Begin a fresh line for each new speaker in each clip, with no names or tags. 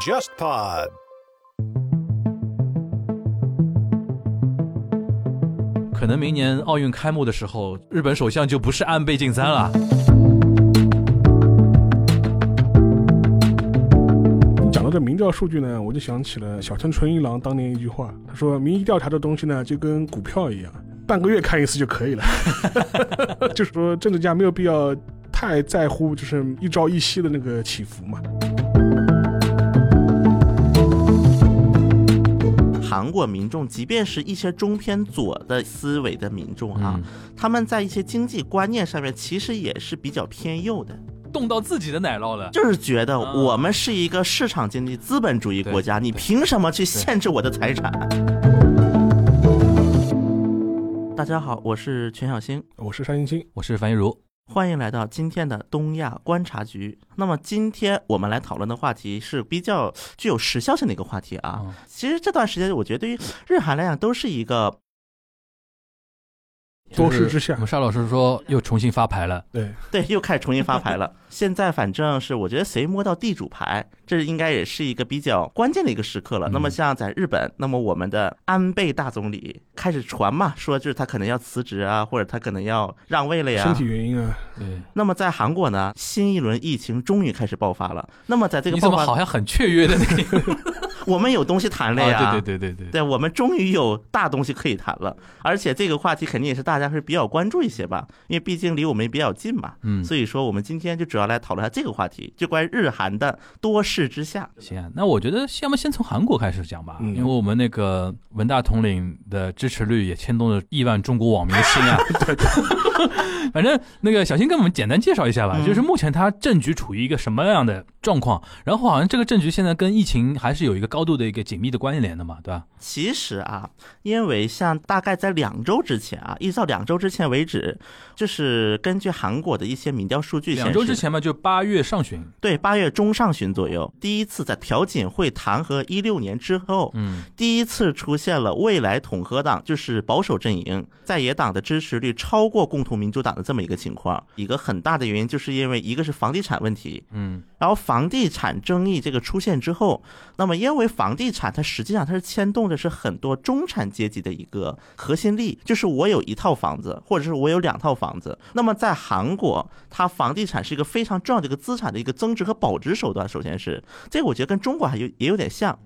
JustPod。
可能明年奥运开幕的时候，日本首相就不是安倍晋三了。
讲到这民调数据呢，我就想起了小泉纯一郎当年一句话，他说：“民意调查这东西呢，就跟股票一样，半个月看一次就 可以了。”就是说，政治家没有必要太在乎，就是一朝一夕的那个起伏嘛。
韩国民众，即便是一些中偏左的思维的民众
嗯
啊，他们在一些经济观念上面其实也是比较偏右的，
动到自己的奶酪了。
就是觉得
啊
我们是一个市场经济资本主义国家，你凭什么去限制我的财产？大家好，我是全小星，
我是沙欣欣，
我是樊一茹，
欢迎来到今天的东亚观察局。那么今天我们来讨论的话题是比较具有时效性的一个话题啊。
嗯
其实这段时间，我觉得对于日韩来讲都是一个
多事
就是
之下
我们沙老师说又重新发牌了，
对，
对，又开始重新发牌了。现在反正是我觉得谁摸到地主牌，这应该也是一个比较关键的一个时刻了。那么
嗯
像在日本，那么我们的安倍大总理开始传嘛，说就是他可能要辞职啊，或者他可能要让位了呀。
身体原因啊，
对，
那么在韩国呢，新一轮疫情终于开始爆发了。那么在这个
你怎
爆
么好
发，
像很雀跃的那 个样子？
我们有东西谈了呀。
啊对对对对对，
对，我们终于有大东西可以谈了，而且这个话题肯定也是大家会比较关注一些吧，因为毕竟离我们也比较近嘛。
嗯，
所以说我们今天就主要来讨论下这个话题，就关于日韩的多事之下。
行，那我觉得要么先从韩国开始讲吧，
嗯
因为我们那个文大统领的支持率也牵动了亿万中国网民的心啊。 反正那个小新跟我们简单介绍一下吧，
嗯
就是目前他政局处于一个什么样的状况，然后好像这个政局现在跟疫情还是有一个高度的一个紧密的关联的嘛，对吧？
其实啊，因为像大概在两周之前啊，一直到两周之前为止，就是根据韩国的一些民调数据显
两
示，
周之前嘛，就八月上旬，
对八月中上旬左右，第一次在朴槿惠弹劾一六年之后，
嗯，
第一次出现了未来统合党，就是保守阵营在野党的支持率超过共同民主党的这么一个情况。一个很大的原因就是因为一个是房地产问题，
嗯，
然后房地产争议这个出现之后，那么因为房地产它实际上它是牵动的是很多中产阶级的一个核心利益，就是我有一套房子，或者是我有两套房子。那么在韩国，它房地产是一个非常重要的一个资产的一个增值和保值手段。首先是这个，我觉得跟中国还有也有点像。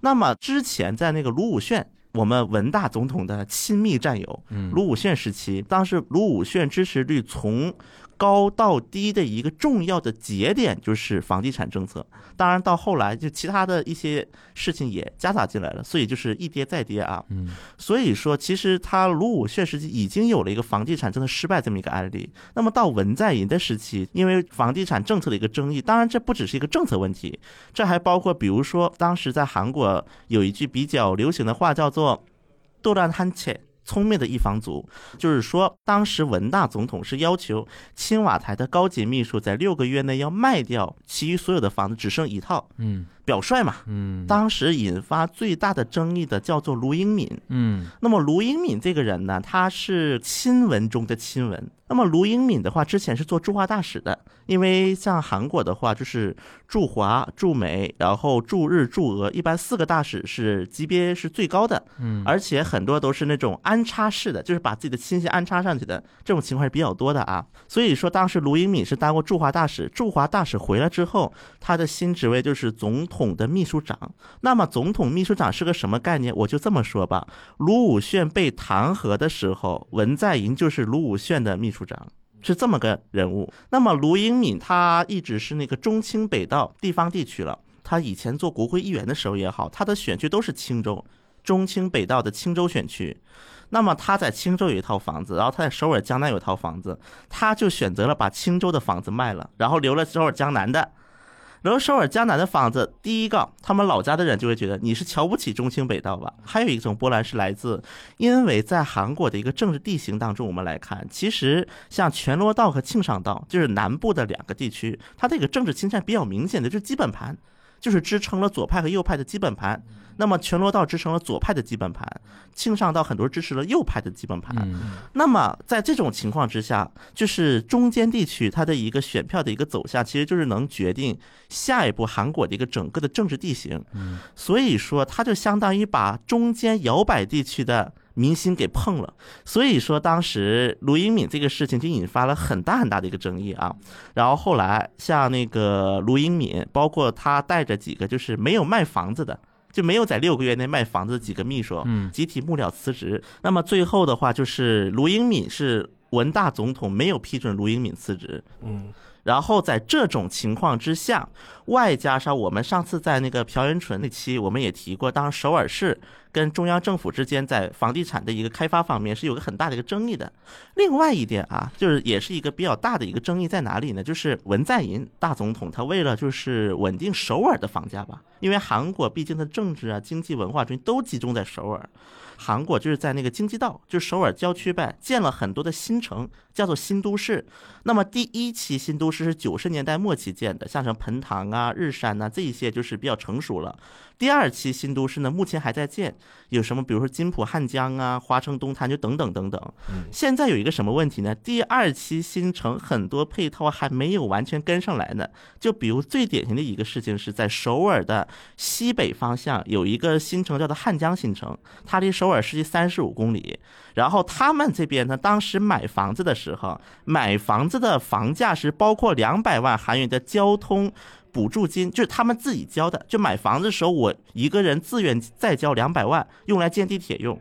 那么之前在那个卢武铉。我们文大总统的亲密战友，
嗯
卢武铉时期，当时卢武铉支持率从高到低的一个重要的节点就是房地产政策。当然，到后来就其他的一些事情也夹杂进来了，所以就是一跌再跌啊。
嗯，
所以说，其实他卢武铉时期已经有了一个房地产政策失败这么一个案例。那么到文在寅的时期，因为房地产政策的一个争议，当然这不只是一个政策问题，这还包括比如说当时在韩国有一句比较流行的话叫做“斗乱汉切”。聪明的一方族，就是说，当时文大总统是要求青瓦台的高级秘书在六个月内要卖掉其余所有的房子，只剩一套，
嗯，
表率嘛。
嗯，
当时引发最大的争议的叫做卢英敏，
嗯，
那么卢英敏这个人呢，他是亲文中的亲文。那么卢英敏的话，之前是做驻华大使的，因为像韩国的话，就是驻华、驻美，然后驻日、驻俄，一般四个大使是级别是最高的，
嗯，
而且很多都是那种安插式的，就是把自己的亲戚安插上去的，这种情况是比较多的啊。所以说，当时卢英敏是当过驻华大使，驻华大使回来之后，他的新职位就是总统的秘书长。那么，总统秘书长是个什么概念？我就这么说吧，卢武铉被弹劾的时候，文在寅就是卢武铉的秘书长，是这么个人物。那么卢英敏他一直是那个中清北道地方地区了，他以前做国会议员的时候也好，他的选区都是青州，中清北道的青州选区。那么他在青州有一套房子，然后他在首尔江南有一套房子，他就选择了把青州的房子卖了，然后留了首尔江南的。然后首尔江南的房子，第一个，他们老家的人就会觉得你是瞧不起中清北道吧？还有一种波澜是来自，因为在韩国的一个政治地形当中，我们来看，其实像全罗道和庆尚道，就是南部的两个地区，它这个政治倾向比较明显的，就是基本盘。就是支撑了左派和右派的基本盘。那么全罗道支撑了左派的基本盘，庆尚道很多支持了右派的基本盘。
嗯
那么在这种情况之下，就是中间地区它的一个选票的一个走向，其实就是能决定下一步韩国的一个整个的政治地形。
嗯，
所以说，它就相当于把中间摇摆地区的。民心给碰了，所以说当时卢英敏这个事情就引发了很大很大的一个争议啊。然后后来像那个卢英敏，包括他带着几个就是没有卖房子的，就没有在六个月内卖房子的几个秘书，
嗯
集体幕僚辞职。那么最后的话就是卢英敏是文大总统没有批准卢英敏辞职，
嗯，
然后在这种情况之下，外加上我们上次在那个朴元淳那期我们也提过，当时首尔市跟中央政府之间在房地产的一个开发方面是有个很大的一个争议的。另外一点啊，就是也是一个比较大的一个争议在哪里呢？就是文在寅大总统他为了就是稳定首尔的房价吧，因为韩国毕竟它政治啊、经济、文化中心都集中在首尔，韩国就是在那个京畿道，就是首尔郊区呗，建了很多的新城，叫做新都市。那么第一期新都市是九十年代末期建的，像什么盆塘啊、日山呐、这一些就是比较成熟了。第二期新都市呢，目前还在建，有什么比如说金浦汉江啊、华城东滩就等等等等。现在有一个什么问题呢？第二期新城很多配套还没有完全跟上来呢。就比如最典型的一个事情是在首尔的西北方向有一个新城叫做汉江新城，它离首尔市区三十五公里。然后他们这边呢，当时买房子的时候，买房子的房价是包括两百万韩元的交通。补助金就是他们自己交的，就买房子的时候，我一个人自愿再交两百万，用来建地铁用。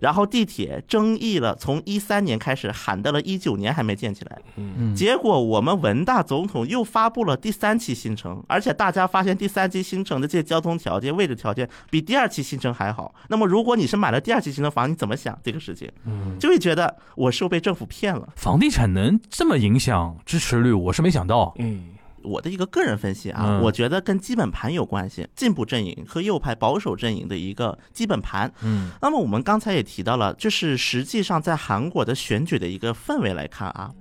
然后地铁争议了，从一三年开始喊到了一九年还没建起来。
嗯
结果我们文大总统又发布了第三期新城，而且大家发现第三期新城的这些交通条件、位置条件比第二期新城还好。那么如果你是买了第二期新城房，你怎么想这个事情？
嗯，
就会觉得我是不是被政府骗了。
房地产能这么影响支持率，我是没想到。
嗯，
我的一个个人分析啊，
嗯
我觉得跟基本盘有关系，进步阵营和右派保守阵营的一个基本盘。
嗯
那么我们刚才也提到了，就是实际上在韩国的选举的一个氛围来看啊，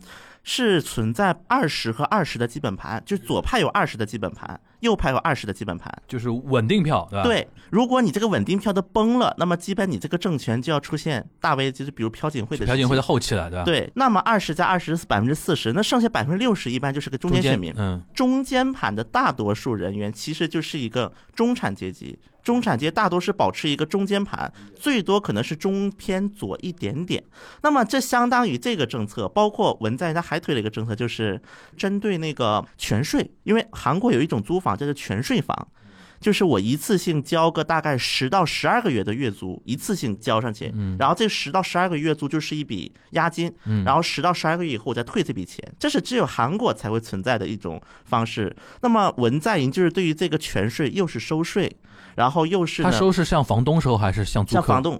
是存在二十和二十的基本盘，就是左派有二十的基本盘，右派有二十的基本盘。
就是稳定票，对吧？，
对，如果你这个稳定票都崩了，那么基本你这个政权就要出现大危机，就是比如朴槿惠的
朴槿惠
事
的啊后期了，对吧？
情。，对，那么二十加二十是百分之四十，那剩下百分之六十一般就是个中
中
间
间
选民。
嗯
中间盘的大多数人员其实就是一个中产阶级，中产阶级大多是保持一个中间盘，最多可能是中偏左一点点。那么这相当于这个政策，包括文在寅他还推了一个政策，就是针对那个全税，因为韩国有一种租房叫做全税房。就是我一次性交个大概十到十二个月的月租，一次性交上去，然后这十到十二个月租就是一笔押金，
嗯，
然
后
后十到十二个月以后我再退这笔钱，这是只有韩国才会存在的一种方式。那么文在寅就是对于这个全税又是收税，然后又是
他
呢
收是向房东收还是向租
像
客？
房东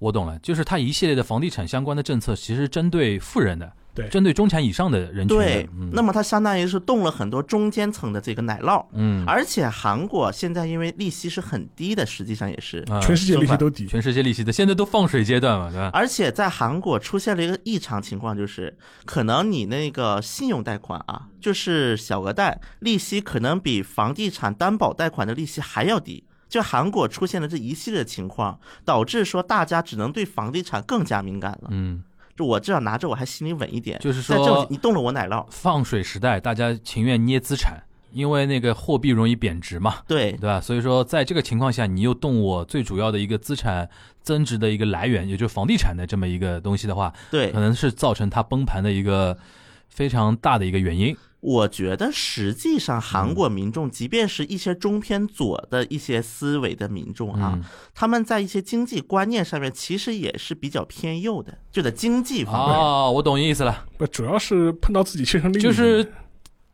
我懂了，就是他一系列的房地产相关的政策，其实针对富人的，
对
针对中产以上的人群的。
对，
嗯、
那么他相当于是动了很多中间层的这个奶酪。
嗯，
而且韩国现在因为利息是很低的，实际上也是，
啊
全世界利息都低，
全世界利息的，现在都放水阶段嘛，对 吧？
而且在韩国出现了一个异常情况，就是可能你那个信用贷款啊，就是小额贷，利息可能比房地产担保贷款的利息还要低。就韩国出现了这一系列情况，导致说大家只能对房地产更加敏感了。
嗯，
就我至少拿着我还心里稳一点。
就是
在政府
说
你动了我奶酪，
放水时代，大家情愿捏资产，因为那个货币容易贬值嘛，
对
对吧？所以说，在这个情况下，你又动我最主要的一个资产增值的一个来源，也就是房地产的这么一个东西的话，
对
可，能是造成它崩盘的一个非常大的一个原因。
我觉得实际上韩国民众，即便是一些中偏左的一些思维的民众啊，
嗯
他们在一些经济观念上面其实也是比较偏右的，就在经济方面。
哦，我懂意思了，
不主要是碰到自己亲身利益，
就是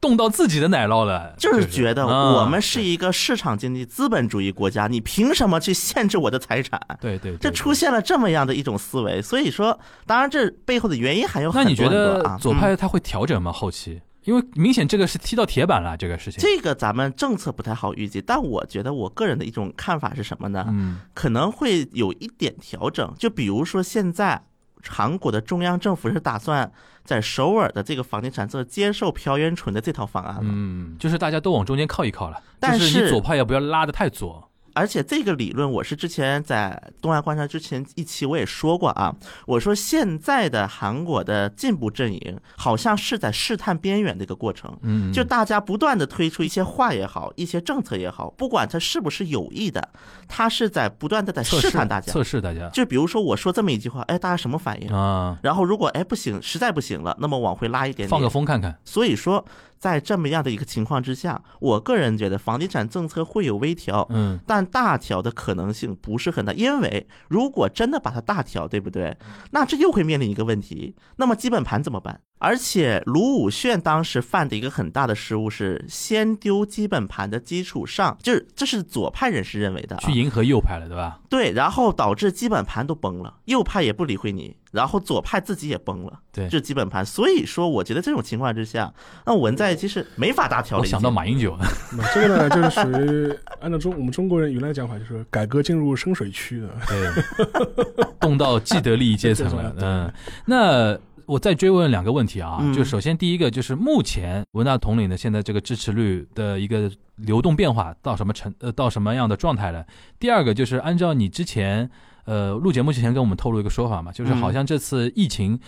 动到自己的奶酪了，
就是觉得
啊
我们是一个市场经济资本主义国家，你凭什么去限制我的财产？
对对，对
这出。现了这么样的一种思维，所以说，当然这背后的原因还有
那
很
你
多
觉
很多
得
啊。
左
嗯
派他会调整吗？后期，因为明显这个是踢到铁板了，这个事情。
这个咱们政策不太好预计，但我觉得我个人的一种看法是什么呢？
嗯
可能会有一点调整，就比如说现在。韩国的中央政府是打算在首尔的这个房地产这接受朴元淳的这套方案了。
嗯，就是大家都往中间靠一靠了，
但
就是你左派也不要拉得太左，
而且这个理论，我是之前在东亚观察之前一期我也说过啊，我说现在的韩国的进步阵营好像是在试探边缘的一个过程。
嗯，
就大家不断的推出一些话也好，一些政策也好，不管它是不是有意的，它是在不断的在
测
试
试
探大家。
测试大家
就比如说我说这么一句话，哎，大家什么反应？
啊，
然后如果哎不行，实在不行了，那么往回拉一点点。
放个风看看，
所以说，在这么样的一个情况之下，我个人觉得房地产政策会有微调，
嗯，
但大调的可能性不是很大，因为如果真的把它大调，对不对？
嗯
那这又会面临一个问题，那么基本盘怎么办？而且卢武铉当时犯的一个很大的失误是，先丢基本盘的基础上，就是这是左派人士认为的、啊，
去迎合右派了，对吧？
对，然后导致基本盘都崩了，右派也不理会你，然后左派自己也崩了，
对
这基本盘。所以说，我觉得这种情况之下，那文在其实没法大调
我
理。
想到马英九，
那这个呢，就是属于按照中我们中国人原来讲法，就是改革进入深水区的。
对，动到既得利益阶层 了。嗯，那我再追问两个问题啊，
嗯
就首先第一个就是目前文大统领的现在这个支持率的一个流动变化到什么程呃到什么样的状态了？第二个就是按照你之前呃录节目之前跟我们透露一个说
嗯
法嘛，就是好像这次疫情。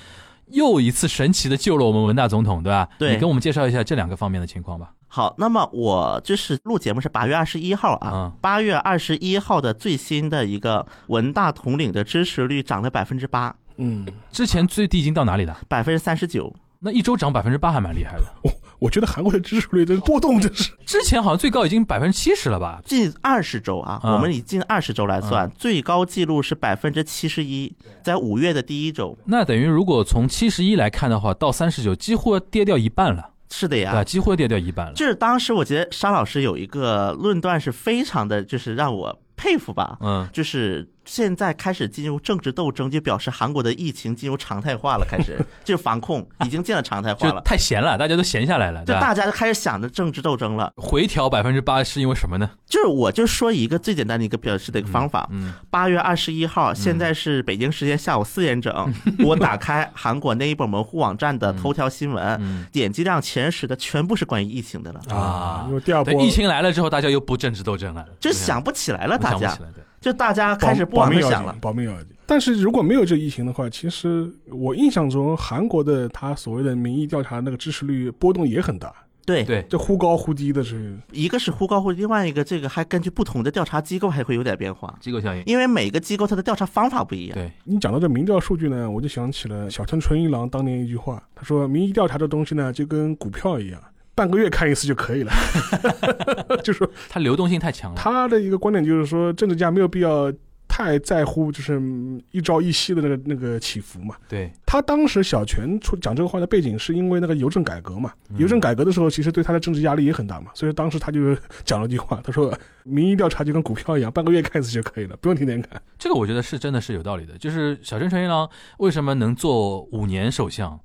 又一次神奇的救了我们文大总统，对吧？
对
你跟我们介绍一下这两个方面的情况吧。
好，那么我就是录节目是八月二十一号啊
嗯，
八、月二十一号的最新的一个文大统领的支持率涨了百分之八，
嗯，
之前最低已经到哪里了？
百分之三十九。
那一周涨百分之八还蛮厉害的。
我觉得韩国的支持率的波动真是
之前好像最高已经百分之七十了吧？
近二十周啊，
嗯
我们以近二十周来算，最高记录是百分之七十一，在五月的第一周。
那等于如果从七十一来看的话，到三十九几乎要跌掉一半了，
是的
对
呀，
吧？几乎要跌掉一半了。
就是当时我觉得沙老师有一个论断是非常的，就是让我佩服吧。
嗯，
就是现在开始进入政治斗争，就表示韩国的疫情进入常态化了，开始就是防控已经进了常态化
就
了，
太闲了，大家都闲下来了，
就
对吧？
大家都开始想着政治斗争了。
回调百分之八是因为什么呢？
就是我就说一个最简单的一个表示的一个方法，
嗯，
八月二十一号，现在是北京时间下午四点整，我打开韩国 Neighbor 门户网站的头条新
嗯嗯
闻，点击量前十的全部是关于疫情的了，
啊
因为第二
对，
波
疫情来了之后，大家又不政治斗争了，嗯
就呃想不起来了，
我
大
想不
家
起来，对，
就大家
保
开始不
保
往
命
那
要
想
紧
了，。
保命要紧。但是如果没有这疫情的话，其实我印象中韩国的他所谓的民意调查那个支持率波动也很大，
对
对
这忽高忽低的是。
一个是忽高忽低，另外一个这个还根据不同的调查机构还会有点变化，
机构效应，
因为每个机构它的调查方法不一样。
对，
你讲到这民调数据呢，我就想起了小村纯一郎当年一句话，他说民意调查这东西呢就跟股票一样，半个月看一次就可以了。 就说
它流动性太强了，
他的一个观点就是说，政治家没有必要太在乎就是嗯一朝一夕的那个那个起伏嘛。
对，
他当时小泉出讲这个话的背景，是因为那个邮政改革嘛。
嗯
邮政改革的时候，其实对他的政治压力也很大嘛，所以当时他就讲了一句话，他说：“民意调查就跟股票一样，半个月看一次就可以了，不用天天看。
这个我觉得是真的是有道理的。就是小泉纯一郎为什么能做五年首相，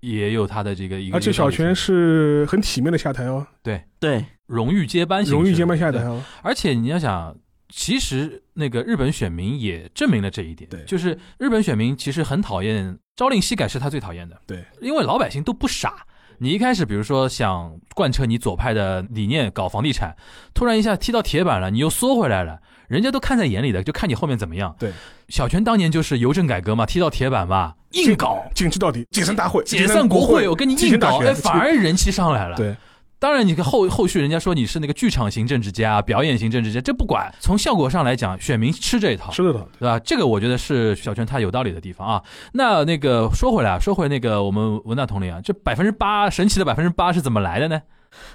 也有他的这个一”个，
而且小
一个道
泉
理
是很体面的下台哦，
对，
荣誉接班形式，
荣誉接班下
对
台哦。
而且你要想，其实那个日本选民也证明了这一点，
对
就是日本选民其实很讨厌朝令夕改，是他最讨厌的，
对，
因为老百姓都不傻。你一开始，比如说想贯彻你左派的理念，搞房地产，突然一下踢到铁板了，你又缩回来了，人家都看在眼里的，就看你后面怎么样。
对，
小泉当年就是邮政改革嘛，踢到铁板嘛，硬搞
紧致到底，解散大会，
解散国
会，
会，我跟你
竞
硬
选大
搞，
选
哎，反而人气上来了。
对。
当然，你看后后续人家说你是那个剧场型政治家、啊表演型政治家，这不管。从效果上来讲，选民吃这一套，
是的的，
对吧？这个我觉得是小泉他有道理的地方啊。那那个说回来啊，说回那个我们文大统领啊，这百分之八神奇的百分之八是怎么来的呢？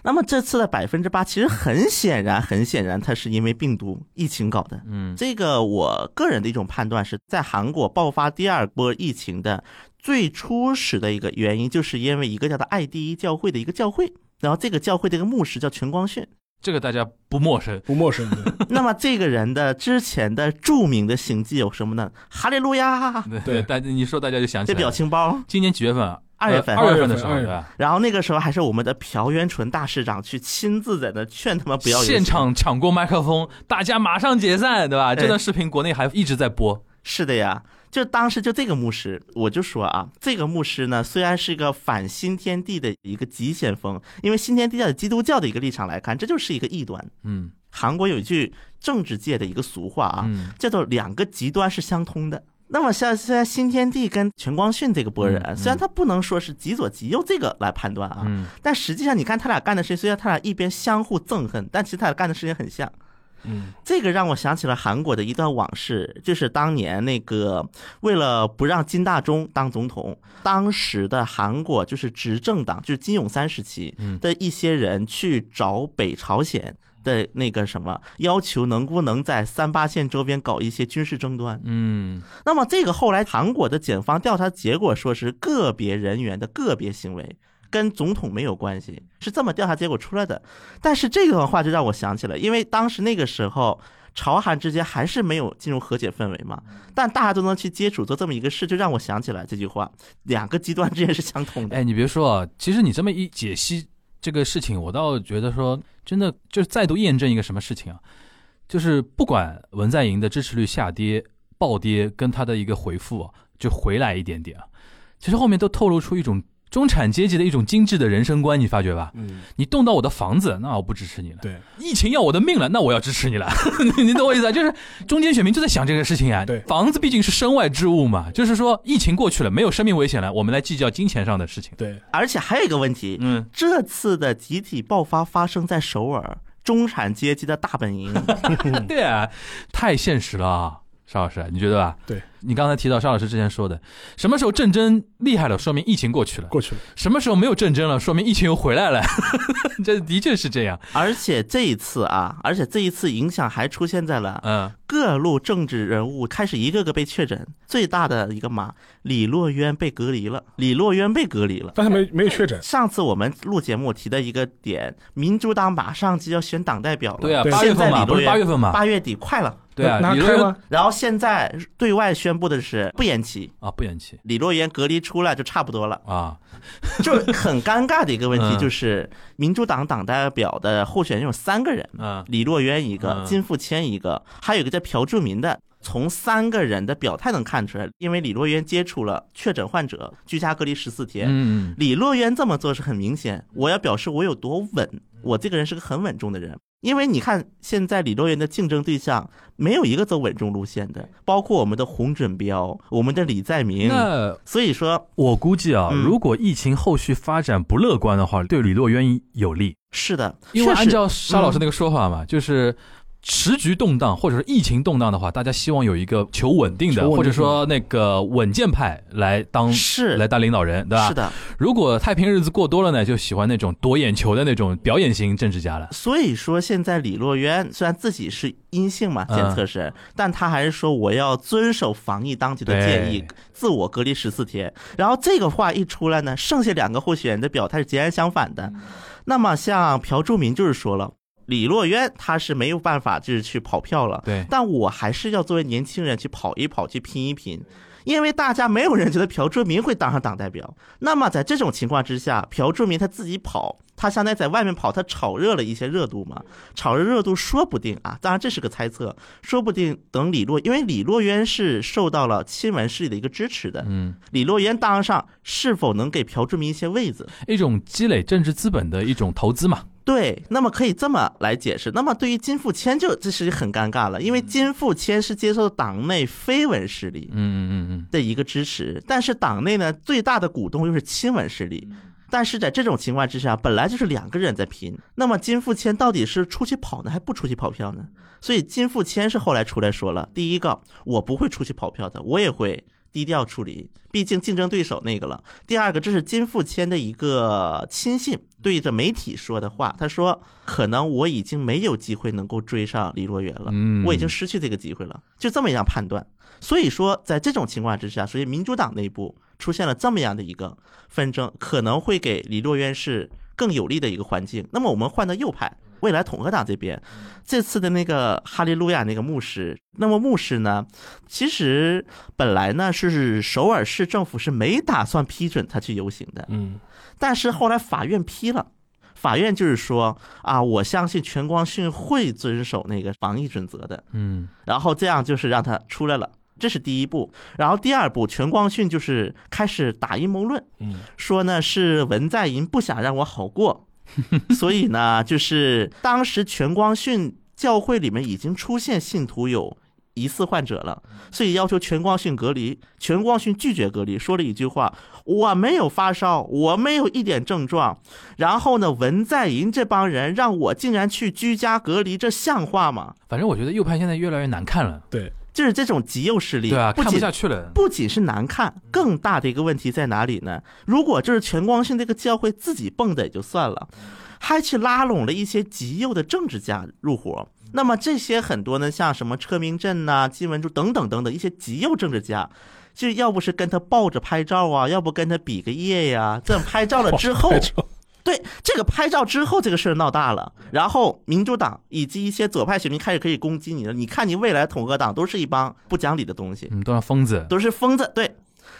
那么这次的百分之八，其实很显然，很显然，它是因为病毒疫情搞的。
嗯，
这个我个人的一种判断是，在韩国爆发第二波疫情的最初始的一个原因，就是因为一个叫做爱第一教会的一个教会，然后这个教会的一个牧师叫全光训，
这个大家不陌生，
不陌生的。
那么这个人的之前的著名的行迹有什么呢？哈利路亚，
对
大家你说大家就想起
这
来
表
了。
情包。
今年几月份啊？
二月份
呃二月份的时候，
二月
对
份
吧？
然后那个时候还是我们的朴元淳大市长去亲自在那劝他们不要游行
现场抢过麦克风，大家马上解散，对吧？
对
这段视频国内还一直在播，
是的呀，就当时就这个牧师，我就说啊，这个牧师呢，虽然是个反新天地的一个急先锋，因为新天地教的基督教的一个立场来看，这就是一个异端。
嗯
韩国有一句政治界的一个俗话啊，
嗯
叫做两个极端是相通的。那么像现在新天地跟全光训这个波
嗯嗯
人，虽然他不能说是极左极右这个来判断啊，
嗯
但实际上你看他俩干的事情，虽然他俩一边相互憎恨，但其实他俩干的事情很像。
嗯
这个让我想起了韩国的一段往事，就是当年那个为了不让金大中当总统，当时的韩国就是执政党，就是金泳三时期
嗯
的一些人去找北朝鲜的那个什么，要求能不能在三八线周边搞一些军事争端。
嗯
那么这个后来韩国的检方调查结果说是个别人员的个别行为。跟总统没有关系，是这么调查结果出来的。但是这个话就让我想起了，因为当时那个时候朝韩之间还是没有进入和解氛围嘛，但大家都能去接触做这么一个事，就让我想起来这句话：两个极端之间是相通的。
哎，你别说啊，其实你这么一解析这个事情，我倒觉得说，真的就是再度验证一个什么事情啊，就是不管文在寅的支持率下跌、暴跌，跟他的一个回复、啊、就回来一点点啊，其实后面都透露出一种中产阶级的一种精致的人生观，你发觉吧？
嗯，
你动到我的房子，那我不支持你了；
对
疫情要我的命了，那我要支持你了。 你你懂我意思啊？就是中间选民就在想这个事情啊。
对
房子毕竟是身外之物嘛，就是说疫情过去了，没有生命危险了，我们来计较金钱上的事情。
对，
而且还有一个问题，
嗯，
这次的集体爆发发生在首尔，中产阶级的大本营。
对啊，太现实了啊，邵老师，你觉得吧？
对，
你刚才提到邵老师之前说的，什么时候战争厉害了，说明疫情过去了；
过去了，
什么时候没有战争了，说明疫情又回来了。 这的确是这样，
而且这一次啊，而且这一次影响还出现在了
嗯，
各路政治人物开始一个个被确诊，最大的一个嘛，李洛渊被隔离了，李洛渊被隔离了。
但是没没有确诊，
上次我们录节目提的一个点，民主党马上就要选党代表了，
对啊，
对
八月
现在
份嘛，
李
不
洛
是八月份嘛，
八月底快了。
对啊，
那
李
那
洛
开
渊
吗？
然后现在对外宣布的是不延期，
啊不延期。
李洛渊隔离出来就差不多了
啊，
就很尴尬的一个问
嗯
题就是，民主党党代表的候选人有三个人，
嗯
李洛渊一
嗯
个，金富谦一个，还有一个叫朴柱民的。从三个人的表态能看出来，因为李洛渊接触了确诊患者，居家隔离十四天。
嗯
李洛渊这么做是很明显，我要表示我有多稳，我这个人是个很稳重的人。因为你看，现在李洛渊的竞争对象没有一个走稳重路线的，包括我们的洪准标、我们的李在明。
那
所以说，
我估计啊，
嗯
如果疫情后续发展不乐观的话，对李洛渊有利，
是的，
因为
确实嗯
按照沙老师那个说法嘛，就是时局动荡或者是疫情动荡的话，大家希望有一个求稳定的，
求稳定
或者说那个稳健派来当
是
来当领导人，对吧？
是。的，
如果太平日子过多了呢，就喜欢那种夺眼球的那种表演型政治家了。
所以说现在李洛渊虽然自己是阴性嘛，
嗯
检测是，但他还是说我要遵守防疫当局的建议
对，
自我隔离十四天。然后这个话一出来呢，剩下两个候选人的表态是截然相反
嗯
的。那么像朴柱民就是说了。李洛渊他是没有办法，就是去跑票了。
对
但我还是要作为年轻人去跑一跑，去拼一拼，因为大家没有人觉得朴柱民会当上党代表。那么在这种情况之下，朴柱民他自己跑，他相当于在外面跑，他炒热了一些热度嘛，炒热热度说不定啊，当然这是个猜测，说不定等李洛，因为李洛渊是受到了亲文势力的一个支持的，
嗯，
李洛渊当上是否能给朴柱民一些位子？
一种积累政治资本的一种投资嘛。
对，那么可以这么来解释。那么对于金富谦就这是很尴尬了，因为金富谦是接受党内非文势力，
嗯嗯嗯
的一个支持，但是党内呢最大的股东又是亲文势力。但是在这种情况之下，本来就是两个人在拼，那么金富谦到底是出去跑呢，还不出去跑票呢？所以金富谦是后来出来说了，第一个我不会出去跑票的，我也会低调处理，毕竟竞争对手那个了。第二个，这是金富谦的一个亲信对着媒体说的话，他说可能我已经没有机会能够追上李若元了，
嗯
我已经失去这个机会了，就这么一样判断。所以说，在这种情况之下，所以民主党内部出现了这么样的一个纷争，可能会给李洛渊是更有利的一个环境。那么我们换到右派，未来统合党这边，这次的那个哈利路亚那个牧师，那么牧师呢，其实本来呢是首尔市政府是没打算批准他去游行的，
嗯，
但是后来法院批了。法院就是说啊，我相信全光训会遵守那个防疫准则的，
嗯
然后这样就是让他出来了。这是第一步。然后第二步，全光训就是开始打阴谋论，
嗯
说呢是文在寅不想让我好过，所以呢，就是当时全光训教会里面已经出现信徒有疑似患者了，所以要求全光训隔离。全光训拒绝隔离，说了一句话：“我没有发烧，我没有一点症状。”然后呢，文在寅这帮人让我竟然去居家隔离，这像话吗？
反正我觉得右派现在越来越难看了，
就是这种极右势力，
对啊，
不
看不
仅
下去了。
不仅是难看，更大的一个问题在哪里呢？如果就是全光训这个教会自己蹦的也就算了，还去拉拢了一些极右的政治家入伙。那么这些很多呢，像什么车明镇呐、金文柱等等等等一些极右政治家，就要不是跟他抱着拍照啊，要不跟他比个耶呀、这拍照了 之后
拍，照
对这个拍照之后，这个事儿闹大了，然后民主党以及一些左派选民开始可以攻击你了。你看你未来统合党都是一帮不讲理的东西。
嗯，都像疯子，
都是疯子。对，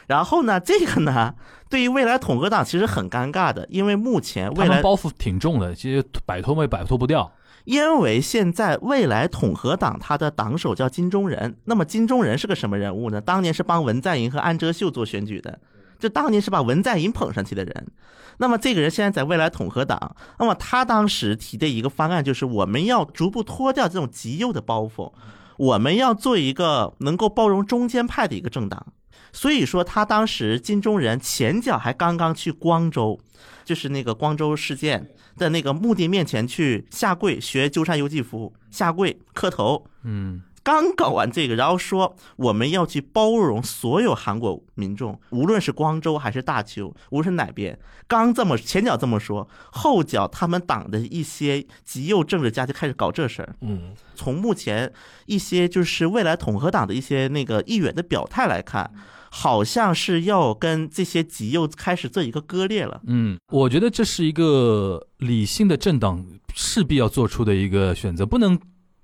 然后呢，这个呢，对于未来统合党其实很尴尬的，因为目前
他
未
们
来，
包袱挺重的，其实摆脱也摆脱不掉。
因为现在未来统合党它的党首叫金钟仁，那么金钟仁是个什么人物呢？当年是帮文在寅和安哲秀做选举的。就当年是把文在寅捧上去的人，那么这个人现在在未来统合党，那么他当时提的一个方案就是我们要逐步脱掉这种极右的包袱，我们要做一个能够包容中间派的一个政党。所以说，他当时金钟仁前脚还刚刚去光州，就是那个光州事件的那个墓地面前去下跪学鸠山由纪夫下跪磕头，
嗯，
刚搞完这个，然后说我们要去包容所有韩国民众，无论是光州还是大邱，无论是哪边。刚这么前脚这么说，后脚他们党的一些极右政治家就开始搞这事儿。
嗯，
从目前一些就是未来统合党的一些那个议员的表态来看，好像是要跟这些极右开始做一个割裂了。
嗯，我觉得这是一个理性的政党势必要做出的一个选择，不能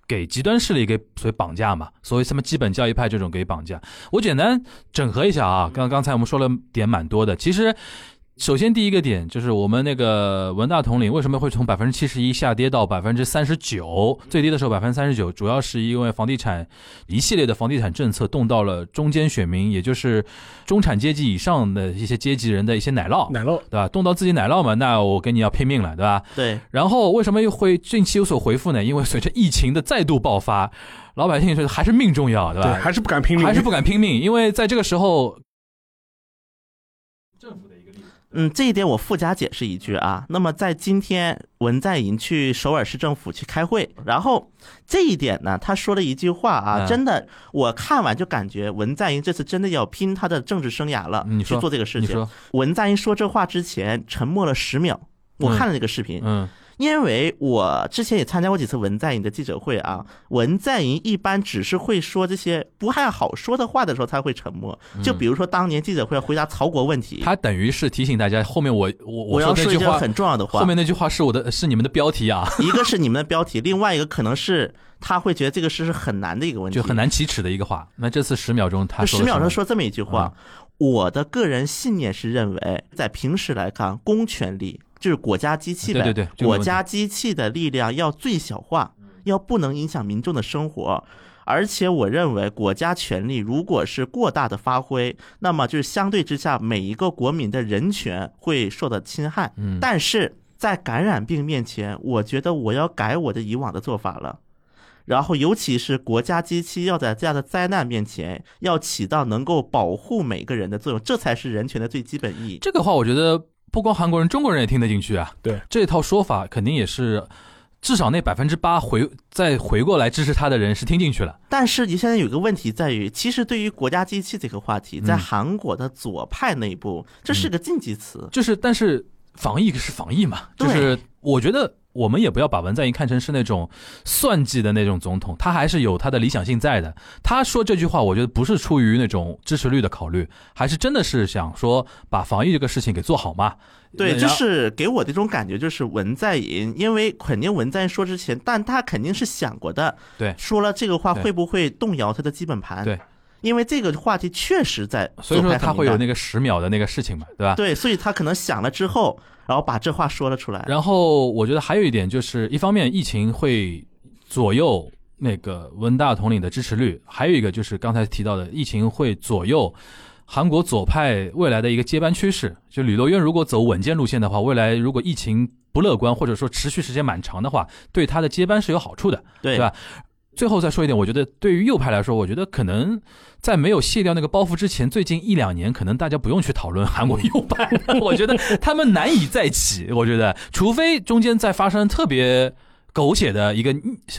给极端势力给所谓绑架嘛，所谓什么基本教义派这种给绑架。我简单整合一下啊，刚刚才我们说了点蛮多的，其实。首先，第一个点就是我们那个文大统领为什么会从百分之七十一下跌到百分之三十九，最低的时候百分之三十九，主要是因为房地产一系列的房地产政策动到了中间选民，也就是中产阶级以上的一些阶级人的一些奶酪。
奶酪
对吧？动到自己奶酪嘛，那我跟你要拼命了，对吧？
对，
然后为什么又会近期有所回复呢？因为随着疫情的再度爆发，老百姓是还是命重要，对
对，
吧？
还是不敢拼命，
还是不敢拼命，因为在这个时候，
嗯，这一点我附加解释一句啊。那么在今天，文在寅去首尔市政府去开会，然后这一点呢，他说了一句话啊，
嗯
真的，我看完就感觉文在寅这次真的要拼他的政治生涯了
嗯你，
去
说
做这个事
你
情。
说，
文在寅说这话之前沉默了十秒，我
嗯
看了这个视频，
嗯
因为我之前也参加过几次文在寅的记者会啊，文在寅一般只是会说这些不太好说的话的时候，他会沉默。就比如说当年记者会回答曹国问题，
嗯他等于是提醒大家，后面我我
我要
说那
说
句
一句
话，
很重要的话，
后面那句话是我的是你们的标题啊，
一个是你们的标题，另外一个可能是他会觉得这个事是很难的一个问题，
就很。难启齿的一个话。那这次十秒钟他
就
说
十
了
秒
什
钟
么嗯
说这么一句话，我的个人信念是认为，在平时来看，公权力就是国家机器呗，
啊对对对这个没
国
问题
家机器的力量要最小化，要不能影响民众的生活。而且我认为，国家权力如果是过大的发挥，那么就是相对之下，每一个国民的人权会受到侵害。
嗯
但是在感染病面前，我觉得我要改我的以往的做法了。然后，尤其是国家机器要在这样的灾难面前，要起到能够保护每个人的作用，这才是人权的最基本意义。
这个话，我觉得不光韩国人，中国人也听得进去啊。
对，
这套说法肯定也是，至少那百分之八回再回过来支持他的人是听进去了。
但是你现在有一个问题在于，其实对于国家机器这个话题，在
嗯
韩国的左派内部，这是个禁忌词。
就是，但是防疫是防疫嘛，
对
就是我觉得我们也不要把文在寅看成是那种算计的那种总统，他还是有他的理想性在的。他说这句话，我觉得不是出于那种支持率的考虑，还是真的是想说把防疫这个事情给做好嘛。
对，
然
就。是给我的一种感觉，就是文在寅，因为肯定文在寅说之前，但他肯定是想过的。
对
说了这个话
对
会不会动摇他的基本盘？
对，
因为这个话题确实在左派很敏感，
所以说他会有那个十秒的那个事情嘛，对吧？
对，所以他可能想了之后，然后把这话说了出来。
然后我觉得还有一点就是，一方面疫情会左右那个文大统领的支持率，还有一个就是刚才提到的疫情会左右韩国左派未来的一个接班趋势。就吕乐渊如果走稳健路线的话，未来如果疫情不乐观或者说持续时间蛮长的话，对他的接班是有好处的。
对
对吧最后再说一点，我觉得对于右派来说，我觉得可能在没有卸掉那个包袱之前，最近一两年，可能大家不用去讨论韩国右派 了。我觉得他们难以再起，我觉得除非中间再发生特别狗血的一个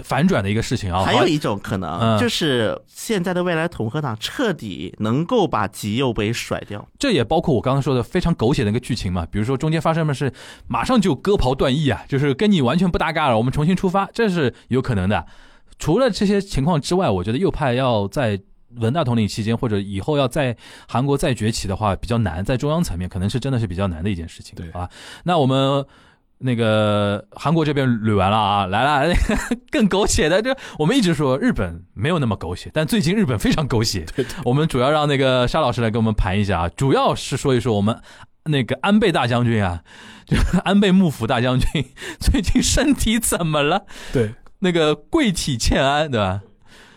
反转的一个事情啊。
还有一种可能
嗯
就是现在的未来统合党彻底能够把极右给甩掉，
这也包括我刚刚说的非常狗血的一个剧情嘛，比如说中间发生的是马上就割袍断义啊，就是跟你完全不搭嘎了，我们重新出发，这是有可能的。除了这些情况之外，我觉得右派要在文大统领期间或者以后要在韩国再崛起的话，比较难，在中央层面可能是真的是比较难的一件事情。
对
啊，那我们。那个韩国这边捋完了啊，来 了更狗血的，这我们一直说日本没有那么狗血，但最近日本非常狗血，
对对
我们主要让那个沙老师来给我们盘一下啊，主要是说一说我们那个安倍大将军啊，就 安倍幕府大将军 最近身体怎么了？
对，
那个贵体欠安，对吧？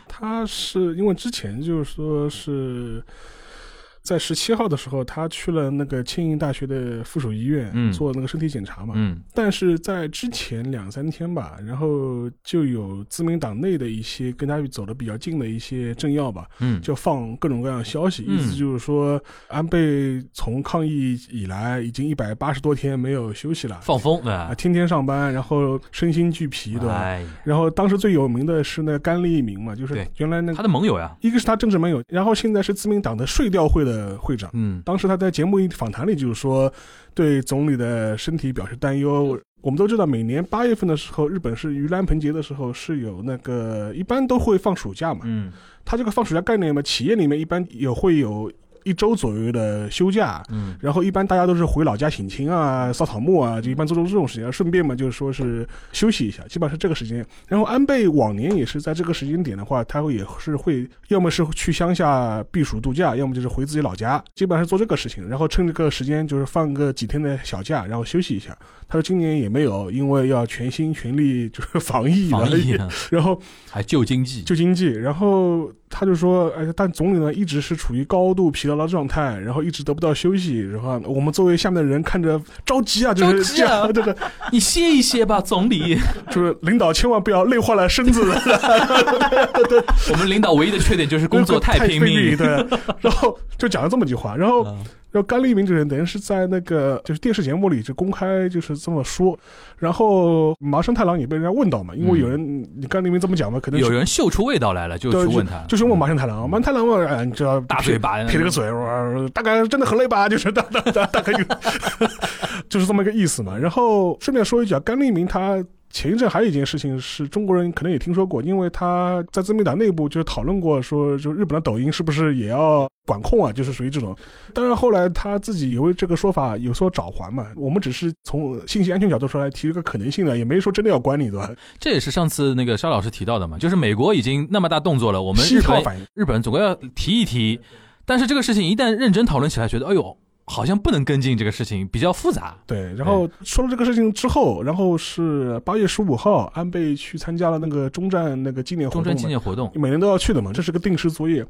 他是因为之前就是说是在十七号的时候，他去了那个庆应大学的附属医院、
嗯
做那个身体检查嘛。
嗯
但是在之前两三天吧，然后就有自民党内的一些跟他走的比较近的一些政要吧，
嗯，
就放各种各样的消息，
嗯
意思就是说安倍从抗疫以来已经一百八十多天没有休息了，
放风，对
啊，
吧？
天天上班，然后身心俱疲，对吧？
哎呀，
然后当时最有名的是那个甘利明嘛，就是
对
原来那
他
个
的盟友呀，
一个是他政治盟友，然后现在是自民党的税调会的会长。
嗯
当时他在节目访谈里就是说，对总理的身体表示担忧。我们都知道，每年八月份的时候，日本是盂兰盆节的时候是有那个，一般都会放暑假嘛。
嗯
他这个放暑假概念嘛，企业里面一般有会有一周左右的休假，
嗯
然后一般大家都是回老家省亲啊、扫草木啊，就一般做做这种事情，顺便嘛就是说是休息一下，基本上是这个时间。然后安倍往年也是在这个时间点的话，他会也是会要么是去乡下避暑度假，要么就是回自己老家，基本上是做这个事情。然后趁这个时间就是放个几天的小假，然后休息一下。他说今年也没有，因为要全心全力就是防疫
防
了，
疫啊
然后
还救经济，
就经济，然后他就说，哎，但总理呢一直是处于高度疲劳的状态，然后一直得不到休息，然后我们作为下面的人看着着急啊，就是
着急
这
啊
样， 这个
你歇一歇吧，总 理。
就是领导千万不要累坏了身子，
我们领导唯一的缺点就是 工作
太
拼
力，
命。
对， 然后就讲了这么句话，然后
嗯
然后甘利明这个人等于是在那个就是电视节目里就公开就是这么说，然后麻生太郎也被人家问到嘛，因为有人、你甘利明这么讲嘛，可能
嗯有
是
人嗅出味道来了，就
对
去问他，
就是问麻生太郎，麻生太郎嘛，哎，你知道
大嘴巴，
撇了个嘴，我说大概真的很累吧，就是大大大大概就 就是这么一个意思嘛。然后顺便说一句啊，甘利明他。前一阵还有一件事情是中国人可能也听说过，因为他在自民党内部就是讨论过，说就日本的抖音是不是也要管控啊，就是属于这种。当然后来他自己也为这个说法有所找还嘛。我们只是从信息安全角度出来提一个可能性的，也没说真的要管你，对吧？
这也是上次那个沙老师提到的嘛，就是美国已经那么大动作了，我
我
们
西
日
套
本
反应，
日本总归要提一提。但是这个事情一旦认真讨论起来，觉得哎呦，好像不能跟进这个事情，比较复杂。
对，然后说了这个事情之后，然后是八月十五号，安倍去参加了那个中战那个纪念活
中
动
专
嘛
纪，念活动，
每年都要去的嘛，这是个定时作业。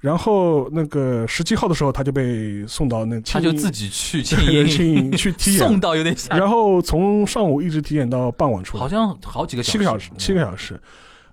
然后那个十七号的时候，他就被送到那
他就
庆应
自己去庆
对
应
庆应 去体
送
检，
到有点吓人，
然后从上午一直体检到傍晚出来
好，像好几个
七个小时
时，，
七个小时。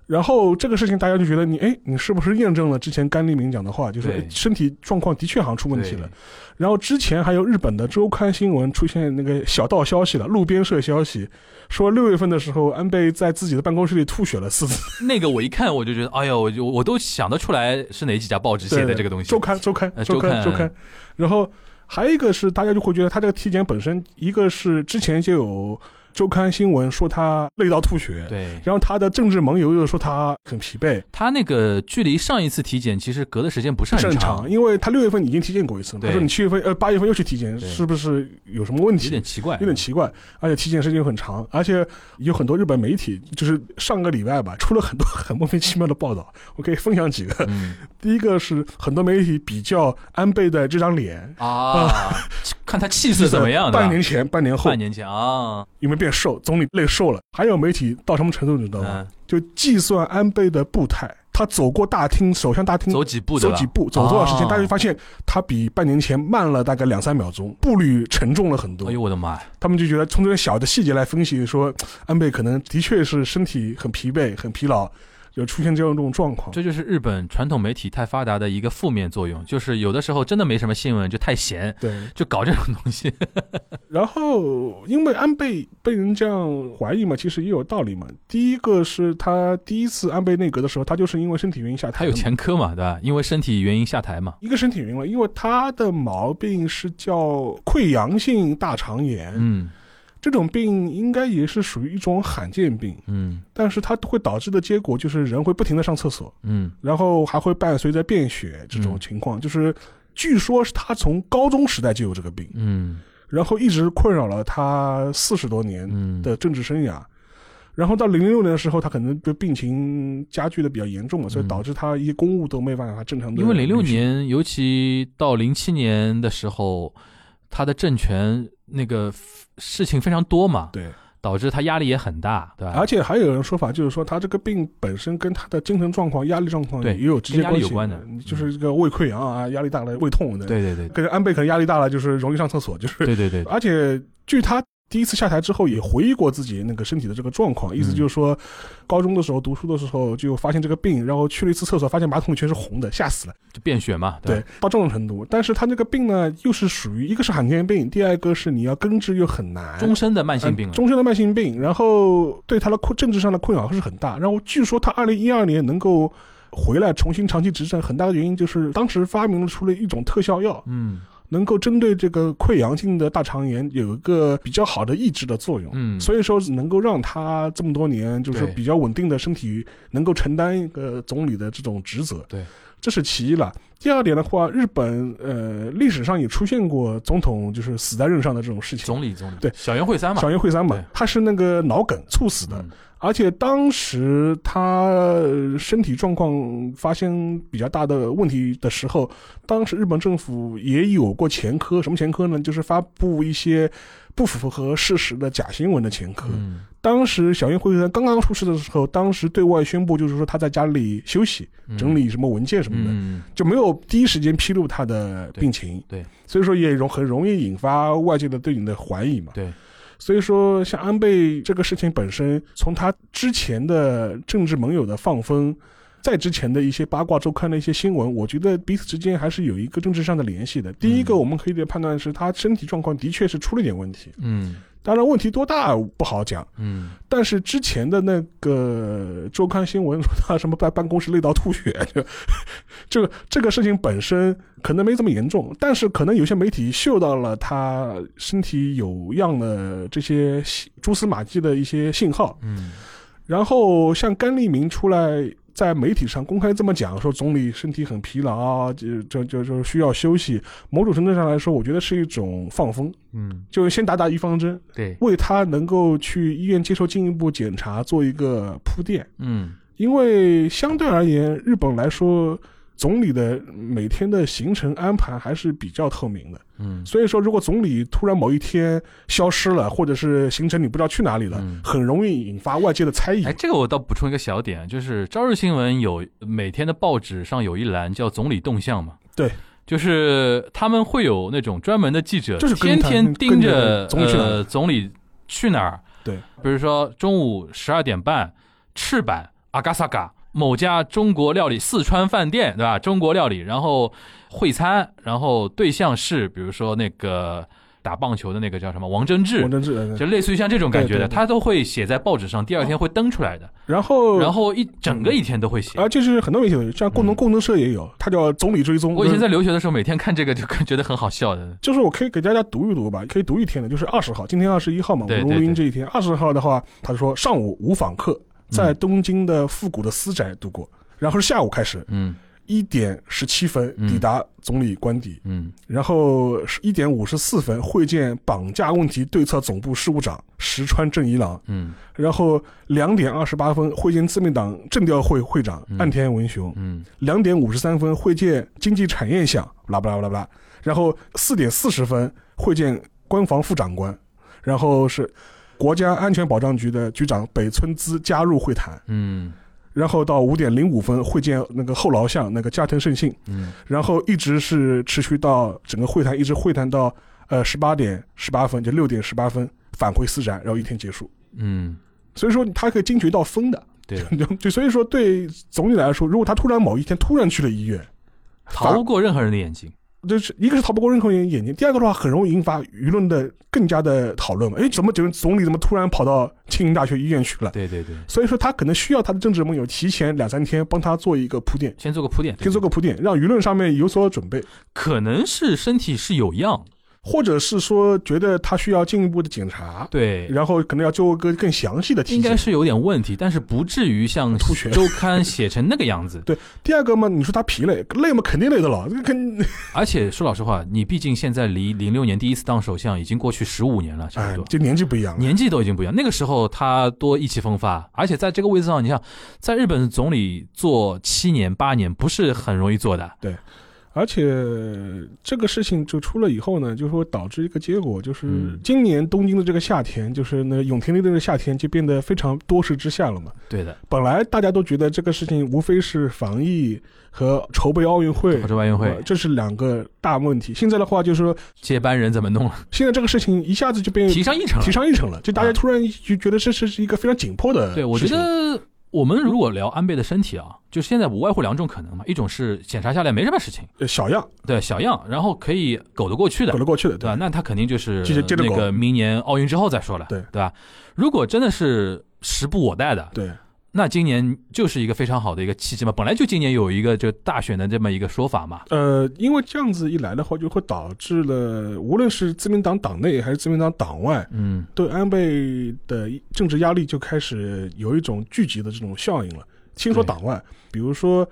然后这个事情，大家就觉得你哎，你是不是验证了之前甘利明讲的话，就是
对
哎身体状况的确好像出问题
对
了。然后之前还有日本的周刊新闻出现那个小道消息了，路边社消息说六月份的时候，安倍在自己的办公室里吐血了四次。
那个我一看我就觉得，哎呦，我就我都想得出来是哪几家报纸 写的这个东西
周。刊周刊
呃
周刊
周
周
刊
刊。然后还有一个是大家就会觉得他这个体检本身，一个是之前就有周刊新闻说他累到吐血，
对
然后他的政治盟友又说他很疲惫，
他那个距离上一次体检其实隔的时间不是
不是
很
很长，，因为他六月份已经体检过一次嘛，
对
他说你七月份呃八月份又去体检，
对
是不是有什么问
有
题
点？奇怪，
有点奇怪，而且体检时间又很长，而且有很多日本媒体，就是上个礼拜吧，出了很多 很莫名其妙的报道，我可以分享几个。
嗯
第一个是很多媒体比较安倍的这张脸，
啊， 看他气势怎么样，对吧
半年前、半年后
半年前啊，
有没有变瘦？总理累瘦了？还有媒体到什么程度，你知道吗？
嗯，
就计算安倍的步态，他走过大厅，首相大厅
走几步对
嗯走
吧？
几步，走多少时间，
哦
大家就发现他比半年前慢了大概两三秒钟，步履沉重了很多
哎。呦我的妈呀！
他们就觉得从这些小的细节来分析说，安倍可能的确是身体很疲惫、很疲劳，有出现这样一种状况。
这就是日本传统媒体太发达的一个负面作用，就是有的时候真的没什么新闻，就太闲，
对，
就搞这种东 西。
然后因为安倍被人这样怀疑嘛，其实也有道理嘛。第一个是他第一次安倍内阁的时候，他就是因为身体原因下台
他
的
有
嘛，
前科嘛，对吧？因为身体原因下台嘛。
一个身体原因了，因为他的毛病是叫溃疡性大肠炎，
嗯
这种病应该也是属于一种罕见病，
嗯
但是它会导致的结果就是人会不停的上厕所，
嗯，
然后还会伴随着便血这种
嗯
情况，就是。据说是他从高中时代就有这个病，
嗯
然后一直困扰了他四十多年，
嗯，
的政治生涯。然后到零六年的时候，他可能就病情加剧的比较严重嘛，所以
嗯
导致他一些公务都没办法正常的。
因为零六，年，尤其到零七年的时候，他的政权那个 f- 事情非常多嘛，
对，
导致他压力也很大，对吧？
而且还有人说法就是说，他这个病本身跟他的精神状况、压力状况
对
也有直
跟
接
压力有
系，
关的
嗯就是这个胃溃疡啊，压力大了胃痛的。，
对对对
可是安倍可能压力大了，就是容易上厕所，就 是。
对对对，
而且据他第一次下台之后也回忆过自己那个身体的这个状况，意
嗯
思就是说，高中的时候读书的时候就发现这个病，然后去了一次厕所，发现马桶里全是红的，吓死了。
就便血嘛，
对
吧？，
到这种程度。但是他那个病呢，又是属于一个是罕见病，第二个是你要根治又很难，
终身的慢性病
呃
了。
终身的慢性病，然后对他的困政治上的困扰是很大。然后据说他二零一二年能够回来重新长期执政，很大的原因就是当时发明出了一种特效药，
嗯
能够针对这个溃疡性的大肠炎有一个比较好的抑制的作用。
嗯，
所以说，能够让他这么多年就是
对
比较稳定的身体，能够承担一个总理的这种职责。
对，
这是其一了。第二点的话，日本呃历史上也出现过总统就是死在任上的这种事情。
总理总理
对
小圆会三嘛，
小渊惠三嘛
对，
他是那个脑梗猝死的，
嗯
而且当时他呃身体状况发生比较大的问题的时候，当时日本政府也有过前科，什么前科呢？就是发布一些不符合事实的假新闻的前科。
嗯
当时小渊惠三刚刚出事的时候，当时对外宣布就是说他在家里休息，
嗯
整理什么文件什么的。
嗯
就没有第一时间披露他的病情，
对对
所以说也容很容易引发外界的对你的怀疑嘛。
对，
所以说像安倍这个事情本身，从他之前的政治盟友的放风，在之前的一些八卦周刊的一些新闻，我觉得彼此之间还是有一个政治上的联系的。第一个，我们可以的判断是他身体状况的确是出了点问题，
嗯
当然问题多大不好讲。
嗯，
但是之前的那个周刊新闻说他什么在办公室累到吐血， 就这个这个事情本身可能没这么严重，但是可能有些媒体嗅到了他身体有恙的这些细蛛丝马迹的一些信号。
嗯
然后像甘利明出来在媒体上公开这么讲，说总理身体很疲劳，啊就就就就需要休息。某种程度上来说，我觉得是一种放风，
嗯，
就先打打预防针，
对，
为他能够去医院接受进一步检查做一个铺垫。
嗯
因为相对而言，日本来说，总理的每天的行程安排还是比较透明的。
嗯
所以说，如果总理突然某一天消失了，或者是行程你不知道去哪里了，
嗯
很容易引发外界的猜疑
哎，。这个我倒补充一个小点，就是《朝日新闻》有每天的报纸上有一栏叫“总理动向”嘛。
对，
就是他们会有那种专门的记者，
就是跟
天
他
天盯
跟着
着
总理去哪儿
呃总理去哪儿。
对，
比如说中午十二点半，赤坂阿嘎萨嘎某家中国料理四川饭店，对吧？中国料理，然后会餐，然后对象是比如说那个打棒球的那个叫什么王贞治
王。贞治，嗯
就类似于像这种感觉
对
的，
对对
他都会写在报纸上，第二天会登出来的，
然后，
然后一整个一天都会写
啊，。就是很多媒体有，像共同共同社也有，它叫总理追踪。
我以前
就是
在留学的时候，每天看这个就感觉得很好笑的。
就是我可以给大家读一读吧，可以读一天的，就是二十号，今天二十一号嘛，我
对
们
对
录音
对嗯
这一天，二十号的话，他说上午无访客，在东京的复古的私宅度过，然后是下午开始
嗯
一点十七分
嗯
抵达总理官邸，
嗯
然后一点五十四分会见绑架问题对策总部事务长石川正一郎，
嗯
然后两点二十八分会见自民党政调会会长
嗯
岸田文雄，
嗯
两点五十三分会见经济产业相，拉不拉不拉不拉，然后四点四十分会见官房副长官，然后是国家安全保障局的局长北村资加入会谈，
嗯
然后到五点零五分会见那个后劳相那个加藤胜信，
嗯
然后一直是持续到整个会谈一直会谈到呃十八点十八分，就六点十八分返回私宅，然后一天结束。
嗯，
所以说他可以精确到分的，
对的，
就就所以说对总体来说，如果他突然某一天突然去了医院，
逃不过任何人的眼睛。
就是一个是逃不过任何人眼睛，第二个的话很容易引发舆论的更加的讨论嘛。哎，怎么总总理怎么突然跑到庆应大学医院去了？
对对对，
所以说他可能需要他的政治盟友提前两三天帮他做一个铺垫，
先做个铺垫，
先做个铺垫，让舆论上面有所准备，
可能是身体是有恙，
或者是说觉得他需要进一步的检查，
对，
然后可能要做一个更详细的体
应该
检。
是有点问题，但是不至于像
吐血
周刊写成那个样子。
第二个嘛，你说他疲累，累嘛肯定累的了，这个跟
而且说老实话，你毕竟现在离零六年第一次当首相已经过去十五年了，差
哎
不多，。
这年纪不一样了。
年纪都已经不一样，那个时候他多意气风发，而且在这个位置上，你像在日本总理做七年八年不是很容易做的，
而且这个事情就出了以后呢，就说导致一个结果，就是
嗯
今年东京的这个夏天，就是那个永田的这个夏天就变得非常多事之夏了嘛。
对的，
本来大家都觉得这个事情无非是防疫和筹备奥运 会
或。者奥运
呃
会
这是两个大问题。现在的话，就是说，
接班人怎么弄了，
现在这个事情一下子就变
提上议程了
嗯提。上议程了，就大家
啊
突然就觉得这是是一个非常紧迫的事情。
对，我觉得我们如果聊安倍的身体啊，就现在无外乎两种可能嘛，一种是检查下来没什么事情，
呃小样
对小样，然后可以苟得过去的
搞，得过去的，
对吧？那他肯定就是
接着接着
那
苟
个明年奥运之后再说了，
对
对吧？如果真的是时不我待的，
对，
那今年就是一个非常好的一个契机嘛。本来就今年有一个这个大选的这么一个说法嘛，
呃，因为这样子一来的话，就会导致了无论是自民党党内还是自民党党外，
嗯
对安倍的政治压力就开始有一种聚集的这种效应了。先说
对
党外，比如说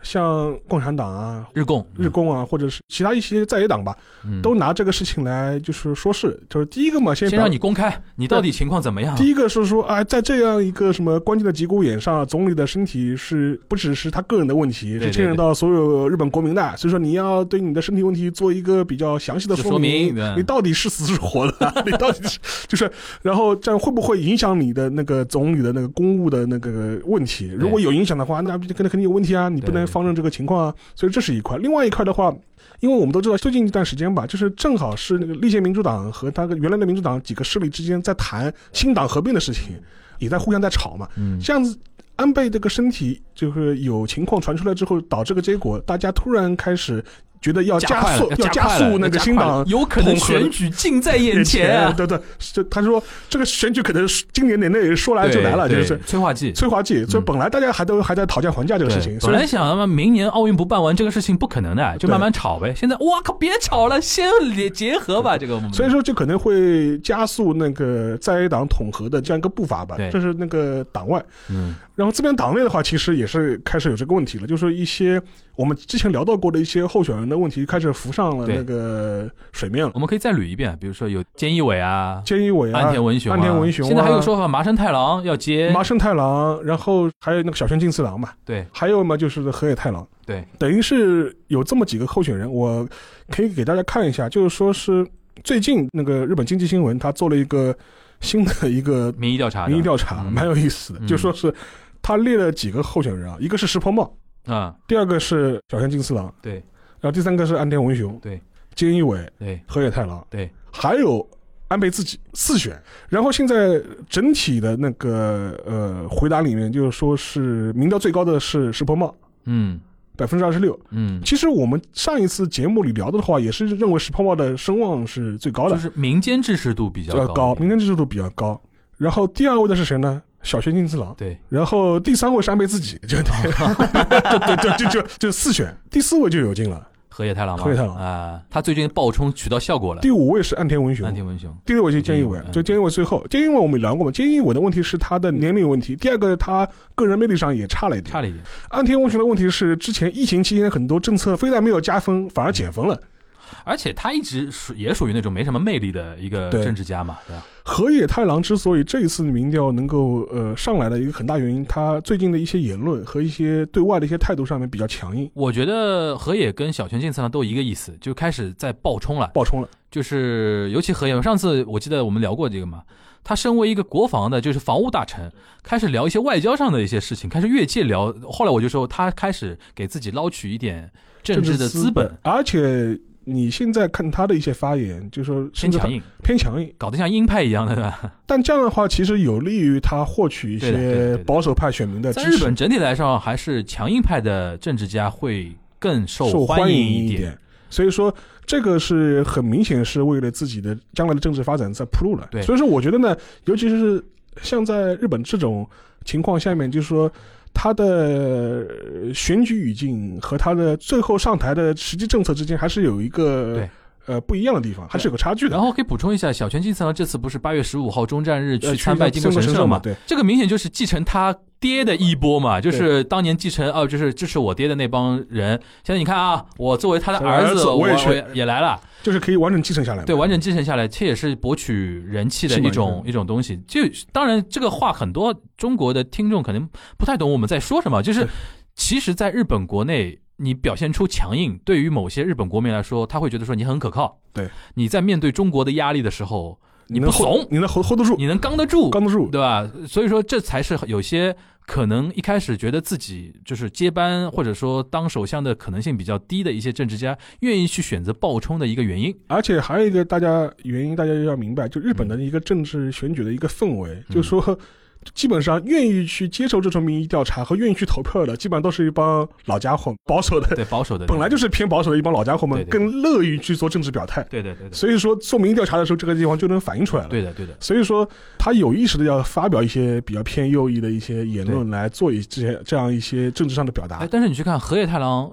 像共产党啊、
日共
日共啊，或者是其他一些在野党吧，
嗯
都拿这个事情来就是说事，就是第一个嘛，先
先
表
让你啊公开你到底情况怎么样
第。一个是说，哎，在这样一个什么关键的节骨眼上，总理的身体是不只是他个人的问题，
对
是
对
牵扯
对
到所有日本国民的，所以说你要对你的身体问题做一个比较详细的
是
说
说明对
你到底是死是活的，你到底是 就是，然后这样会不会影响你的那个总理的那个公务的那个呃问题？如果有影响的话，那肯定肯定有问题啊，你不
对
能
对
放任这个情况啊，所以这是一块。另外一块的话。因为我们都知道，最近一段时间吧，就是正好是那个立宪民主党和他原来的民主党几个势力之间在谈新党合并的事情，也在互相在吵嘛。
嗯，
这样子，安倍这个身体就是有情况传出来之后，导致个结果，大家突然开始觉得要
加快
速
了，
要加
快
速
了
那个
加
新
快了
党
有可能
统合的
选举近在眼前啊。
对对，就他说这个选举可能是今年年内说来就来了，
对
就
对
是
催化剂。
催化剂。所以
嗯
本来大家还都还在讨价还价这个事情，
对
所
本
以
来想他妈明年奥运不办完这个事情不可能的，哎就慢慢吵呗。现在哇靠，别吵了，先结结合吧，这个我们。
所以说，就可能会加速那个在野党统合的这样一个步伐吧。
对
这是那个党外。
嗯
然后这边党内的话，其实也是开始有这个问题了，就是一些我们之前聊到过的一些候选人的问题，开始浮上了
对
那个水面了。
我们可以再捋一遍，比如说有菅义伟啊，
菅义伟啊，
安田文雄啊，
安田文雄啊
现在还有说法，麻生太郎要接
麻，生太郎，然后还有那个小泉进次郎嘛，
对
还有嘛就是河野太郎。
对，
等于是有这么几个候选人，我可以给大家看一下，就是说是最近那个日本经济新闻，他做了一个新的一个
民意调查的，
民意调查，
嗯
蛮有意思的，
嗯
就说是他列了几个候选人啊，一个是石破茂，
啊，
第二个是小泉进次郎，
对
然后第三个是安田文雄，
对，
菅义伟、
对
河野太郎，
对，
还有。安倍自己四选，然后现在整体的那个呃回答里面，就是说是民调最高的是石破茂，
嗯
百分之二十六，
嗯，
其实我们上一次节目里聊的话，也是认为石破茂的声望是最高的，
就是民间支持度比
比
较
较
高
高，，民间支持度比较高。然后第二位的是谁呢？小泉进次郎。
对，
然后 第三位是安倍自己，就对对对，就就就四选，第四位就有劲了。
河野太郎吗？
河野太郎
啊，他最近爆冲取到效果了。
第五位是岸田文雄
安，田文雄，
第六位是菅
菅
义伟
义伟，嗯
就菅义伟最后，菅义伟我们聊过嘛？菅义伟的问题是他的年龄问题，第二个他个人魅力上也差了一点
差。了一点。
岸田文雄的问题是之前疫情期间很多政策非但没有加分，反而减分了。
而且他一直属也属于那种没什么魅力的一个
对
政治家嘛，对吧？
河野太郎之所以这一次的民调能够呃上来的一个很大原因，他最近的一些言论和一些对外的一些态度上面比较强硬，
我觉得河野跟小泉进次郎都一个意思，就开始在爆冲了。
爆冲了。
就是尤其河野，上次我记得我们聊过这个嘛，他身为一个国防的，就是防务大臣，开始聊一些外交上的一些事情，开始越界聊。后来我就说，他开始给自己捞取一点政治的资本，，
而且你现在看他的一些发言，就说
偏
甚至他
强硬，
偏强硬，
搞得像鹰派一样的，对吧？
但这样的话其实有利于他获取一
对的对的对
些
的
保守派选民的
在
支
日
持
本，整体来说，还是强硬派的政治家会更受
受
欢
迎
迎一点。
点。所以说，这个是很明显是为了自己的将来的政治发展在铺路了。
对
所以说我觉得呢，尤其是像在日本这种情况下面，就是说他的呃选举语境和他的最后上台的实际政策之间还是有一个
对
呃不一样的地方，还是有个差距的
然。后可以补充一下，小泉进次郎这次不是八月十五号中战日
呃
去参拜靖国
靖国
神
神
社
社嘛
嘛？
对，
这个明显就是继承他爹的衣钵嘛，就是当年继承哦、就是支持我爹的那帮人。现在你看啊，我作为他的儿
儿
子，
子
我
我也去
也也来了，
就是可以完整继承下来嘛。
对，完整继承下来，这也是博取人气的一
是
种
吗
一种东西。就当然，这个话很多中国的听众可能不太懂我们在说什么，就是
对
其实，在日本国内。你表现出强硬，对于某些日本国民来说，他会觉得说你很可靠。
对，
你在面对中国的压力的时候，
你
不
能 hold-
怂
你能 hold hold 得住，
你能刚得住，
刚得住。
对吧？所以说这才是有些可能一开始觉得自己就是接班或者说当首相的可能性比较低的一些政治家愿意去选择爆冲的一个原因。
而且还有一个大家原因，大家要明白，就日
嗯
本的一个政治选举的一个氛围，就是说。基本上愿意去接受这种民意调查和愿意去投票的，基本上都是一帮老家伙，保守的，
对保守的，
本来就是偏保守的一帮老家伙们，
对对
更乐于去做政治表态。
对对对对
所以说做民意调查的时候，这个地方就能反映出来了。
对的对的。
所以说他有意识的要发表一些比较偏右翼的一些言论，来做一这些这样一些政治上的表达
哎，。但是你去看河野太郎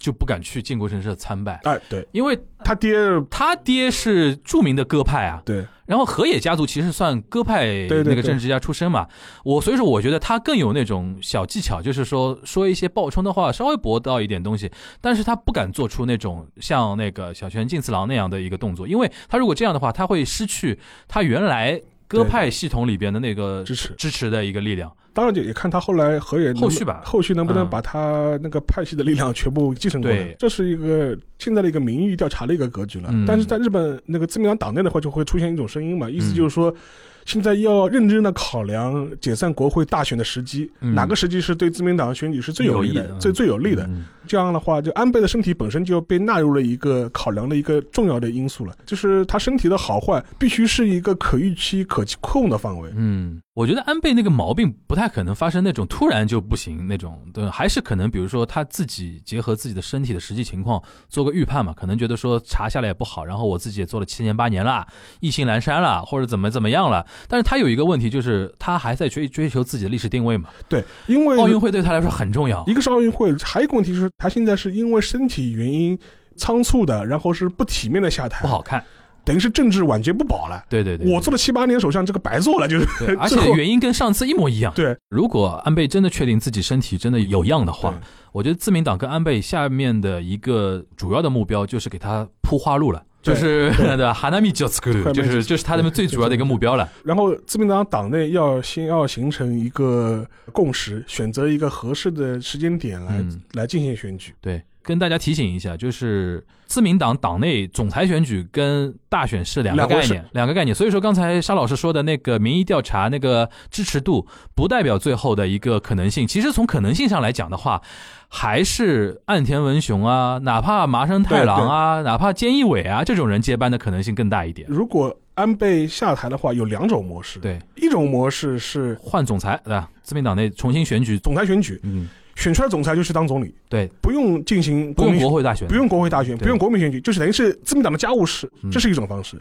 就不敢去靖国神社参拜，
哎，对
因为
他爹，
他爹是著名的鸽派啊。
对
然后河野家族其实算鸽派
对
那个
对
政治家出身嘛，我所以说我觉得他更有那种小技巧，就是说说一些爆冲的话，稍微博到一点东西，但是他不敢做出那种像那个小泉进次郎那样的一个动作，因为他如果这样的话，他会失去他原来鸽派系统里边的那个
支持
支持的一个力量。
当然也也看他后来河野能不
后续吧
后续能不
嗯
能把他那个派系的力量全部继承过来
对，
这是一个现在的一个民意调查的一个格局了
嗯。
但是在日本那个自民党党内的话，就会出现一种声音嘛，意思就是说。现在要认真的考量解散国会大选的时机，
嗯
哪个时机是对自民党选举是最有利
有益的
最最有利的。
嗯
这样的话，就安倍的身体本身就被纳入了一个考量的一个重要的因素了，就是他身体的好坏必须是一个可预期、可控的范围。
嗯，我觉得安倍那个毛病不太可能发生那种突然就不行那种，对，还是可能比如说他自己结合自己的身体的实际情况做个预判嘛，可能觉得说查下来也不好，然后我自己也做了七年八年啦，意兴阑珊啦，或者怎么怎么样了。但是他有一个问题就是他还在追追求自己的历史定位嘛，
对，因为
奥运会对他来说很重要。
一个是奥运会，还有一个问题是，他现在是因为身体原因仓促的，然后是不体面的下台，
不好，看，
等于是政治晚节不保了。
对对对，
我做了七八年首相，这个白做了，就是
对，而且
最后
原因跟上次一模一样。
对
如果安倍真的确定自己身体真的有恙的话
对，
我觉得自民党跟安倍下面的一个主要的目标就是给他铺花路了。就
对
是对吧？哈纳米就斯库鲁，
快
就
慢
是
就
这是他 们最主要的一个目标了。
然后自民党党内要先要形成一个共识，选择一个合适的时间点来、
嗯
来进行选举。
对，跟大家提醒一下，就是自民党党内总裁选举跟大选是两个
两回
概
事
念，两个概念。所以说，刚才沙老师说的那个民意调查那个支持度，不代表最后的一个可能性。其实从可能性上来讲的话，还是岸田文雄啊，哪怕麻生太郎啊，哪怕菅义伟啊这种人接班的可能性更大一点。
如果安倍下台的话，有两种模式，
对，
一种模式是
换总裁对吧？自民党内重新选举，
总裁选举，
嗯，
选出来总裁就去当总理，
对，
不用进行
不
公
用
民
国会大选，
不用国会大选，
对
不用国民选举，就是等于是自民党的家务事
嗯，
这是一种方式。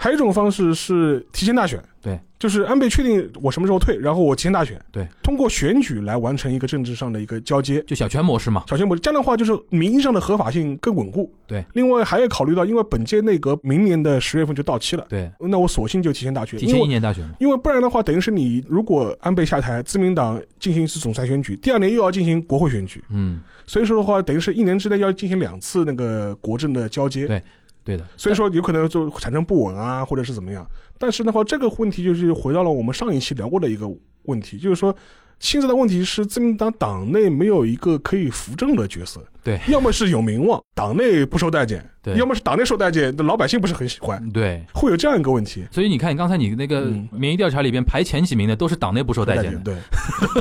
还有一种方式是提前大选，
对，
就是安倍确定我什么时候退，然后我提前大选，
对，
通过选举来完成一个政治上的一个交接。
就小泉模式嘛，
小泉博士这样的话，就是名义上的合法性更稳固。
对，
另外还要考虑到，因为本届内阁明年的十月份就到期了，
对，
那我索性就提前大选，
提
因
前
为
一年大选嘛，
因为不然的话，等于是你如果安倍下台，自民党进行一次总裁选举，第二年又要进行国会选举，
嗯，
所以说的话，等于是一年之内要进行两次那个国政的交接
对，对的，
所以说有可能就产生不稳啊，或者是怎么样。但是的话，这个问题就是回到了我们上一期聊过的一个问题，就是说。现在的问题是，自民党党内没有一个可以扶正的角色，
对，
要么是有名望，党内不受待见，
对
要么是党内受待见，那老百姓不是很喜欢，
对。
会有这样一个问题。
所以你看，刚才你那个
嗯
民意调查里边排前几名的都是党内不受待见的，
对，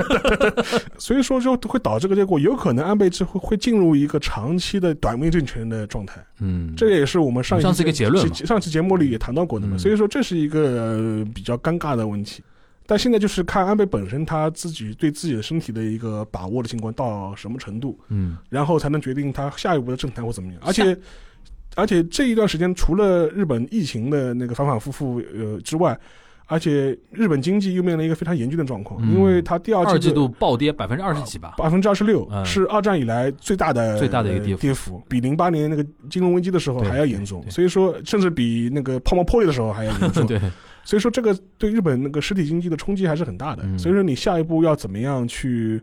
所以说就会导致这个结果，有可能安倍之后会进入一个长期的短命政权的状态，
嗯，
这也是我们上一
上次一个结论嘛
上上期节目里也谈到过的嘛，
嗯
所以说这是一个、呃比较尴尬的问题。但现在就是看安倍本身他自己对自己的身体的一个把握的情况到什么程度，
嗯，
然后才能决定他下一步的政坛会怎么样。而且，而且这一段时间除了日本疫情的那个反反复复呃之外，而且日本经济又面临一个非常严峻的状况，
嗯
因为它第二
二
季
季度暴跌百分之二十几吧，
百分之二十六
嗯
是二战以来最大的
最大的一个
呃
跌
跌
幅
比零八年那个金融危机的时候
对
还要严重
对，对
所以说甚至比那个泡沫破裂的时候还要严 重。
对，
所以说这个对日本那个实体经济的冲击还是很大的。
嗯
所以说你下一步要怎么样去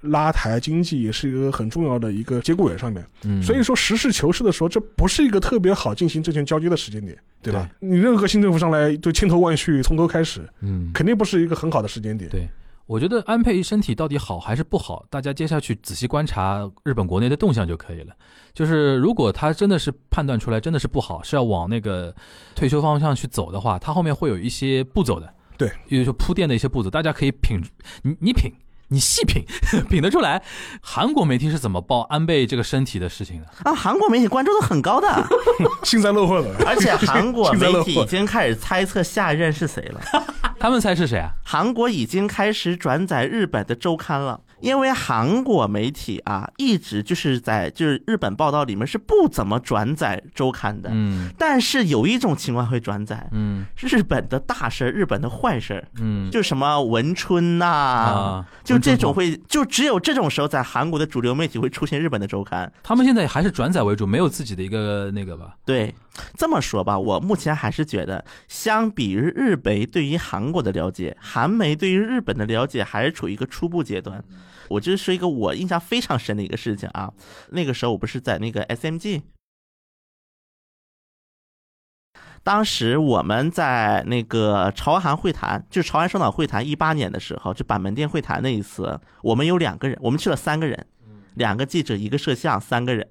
拉抬经济，也是一个很重要的一个节骨眼上面。
嗯，
所以说实事求是的说，这不是一个特别好进行政权交接的时间点，对吧？你任何新政府上来就千头万绪，从头开始，
嗯，
肯定不是一个很好的时间点。
对，我觉得安倍身体到底好还是不好，大家接下去仔细观察日本国内的动向就可以了。就是如果他真的是判断出来真的是不好，是要往那个退休方向去走的话，他后面会有一些步骤的，
对，
也就是铺垫的一些步骤，大家可以品，你你品。你细品，品得出来，韩国媒体是怎么报安倍这个身体的事情的？
啊，韩国媒体关注度 很高的，
幸灾乐祸了，
而且韩国
幸灾
媒
乐
体
祸
已。经开始猜测下一任是谁了。
他们猜是谁啊？
韩国已经开始转载日本的周刊了，因为韩国媒体啊，一直就是在就是日本报道里面是不怎么转载周刊的。
嗯
但是有一种情况会转载，
嗯
日本的大事儿、日本的坏事儿，
嗯
就什么文春呐、
啊，
就这
文春风，
种会，就只有这种时候，在韩国的主流媒体会出现日本的周刊。
他们现在还是转载为主，没有自己的一个那个吧？
对，这么说吧，我目前还是觉得，相比于日媒对于韩国的了解，韩媒对于日本的了解还是处于一个初步阶段。我这是一个我印象非常深的一个事情啊，那个时候我不是在那个 SMG。当时我们在那个朝韩会谈，就是朝韩首脑会谈一八年的时候，就板门店会谈那一次，我们有两个人，我们去了三个人，两个记者，一个摄像，三个人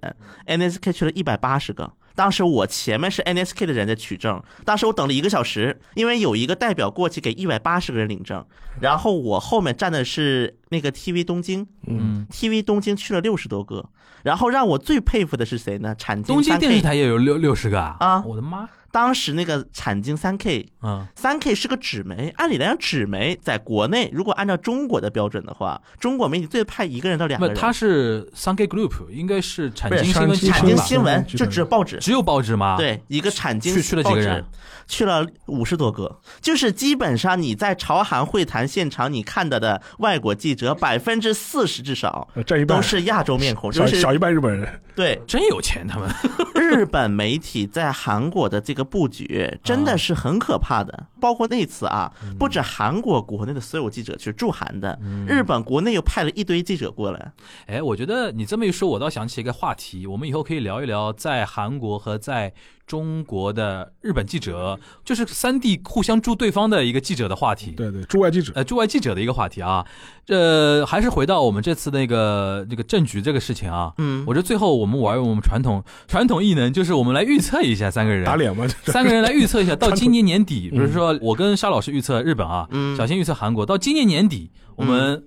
，NSK 去了一百八十个。当时我前面是 NSK 的人在取证，当时我等了一个小时，因为有一个代表过去给一百八十个人领证，然后我后面站的是那个 TV 东京
嗯，
，TV 东京去了六十多个，然后让我最佩服的是谁呢？产经
东京
3K
电视台也有六六十个啊！
啊
我的妈！
当时那个产经三 K
嗯，
三 K 是个纸媒，按理来讲，纸媒在国内如果按照中国的标准的话，中国媒体最派一个人到两
不
个，人。
它是三 K Group，应该是产
不
经
是
新闻集
产
团
经
吧？
新闻
基
就
本
只有报纸，
只有报纸吗？，
对，一个产经
啊去去了几个人
报纸？去了五十多个，就是基本上你在朝韩会谈现场你看到的外国记者百分之四十至少
呃占一半
都，是亚洲面孔，
小
就是
小一半日本人，
对
真有钱他们。
日本媒体在韩国的这个布局真的是很可怕的。包括那次啊，
嗯
不止韩国国内的所有记者去驻韩的，日本国内又派了一堆记者过来。
哎，我觉得你这么一说，我倒想起一个话题，我们以后可以聊一聊在韩国和在中国的日本记者，就是三地互相驻对方的一个记者的话题。
对对，驻外记者，
呃，驻外记者的一个话题啊，呃，还是回到我们这次那个那个政局这个事情啊。
嗯
我觉得最后我们玩我们传统传统异能，就是我们来预测一下三个人
打脸嘛， 这
三个人来预测一下，到今年年底，比
嗯
如说我跟沙老师预测日本啊，
嗯
小新预测韩国，到今年年底，我们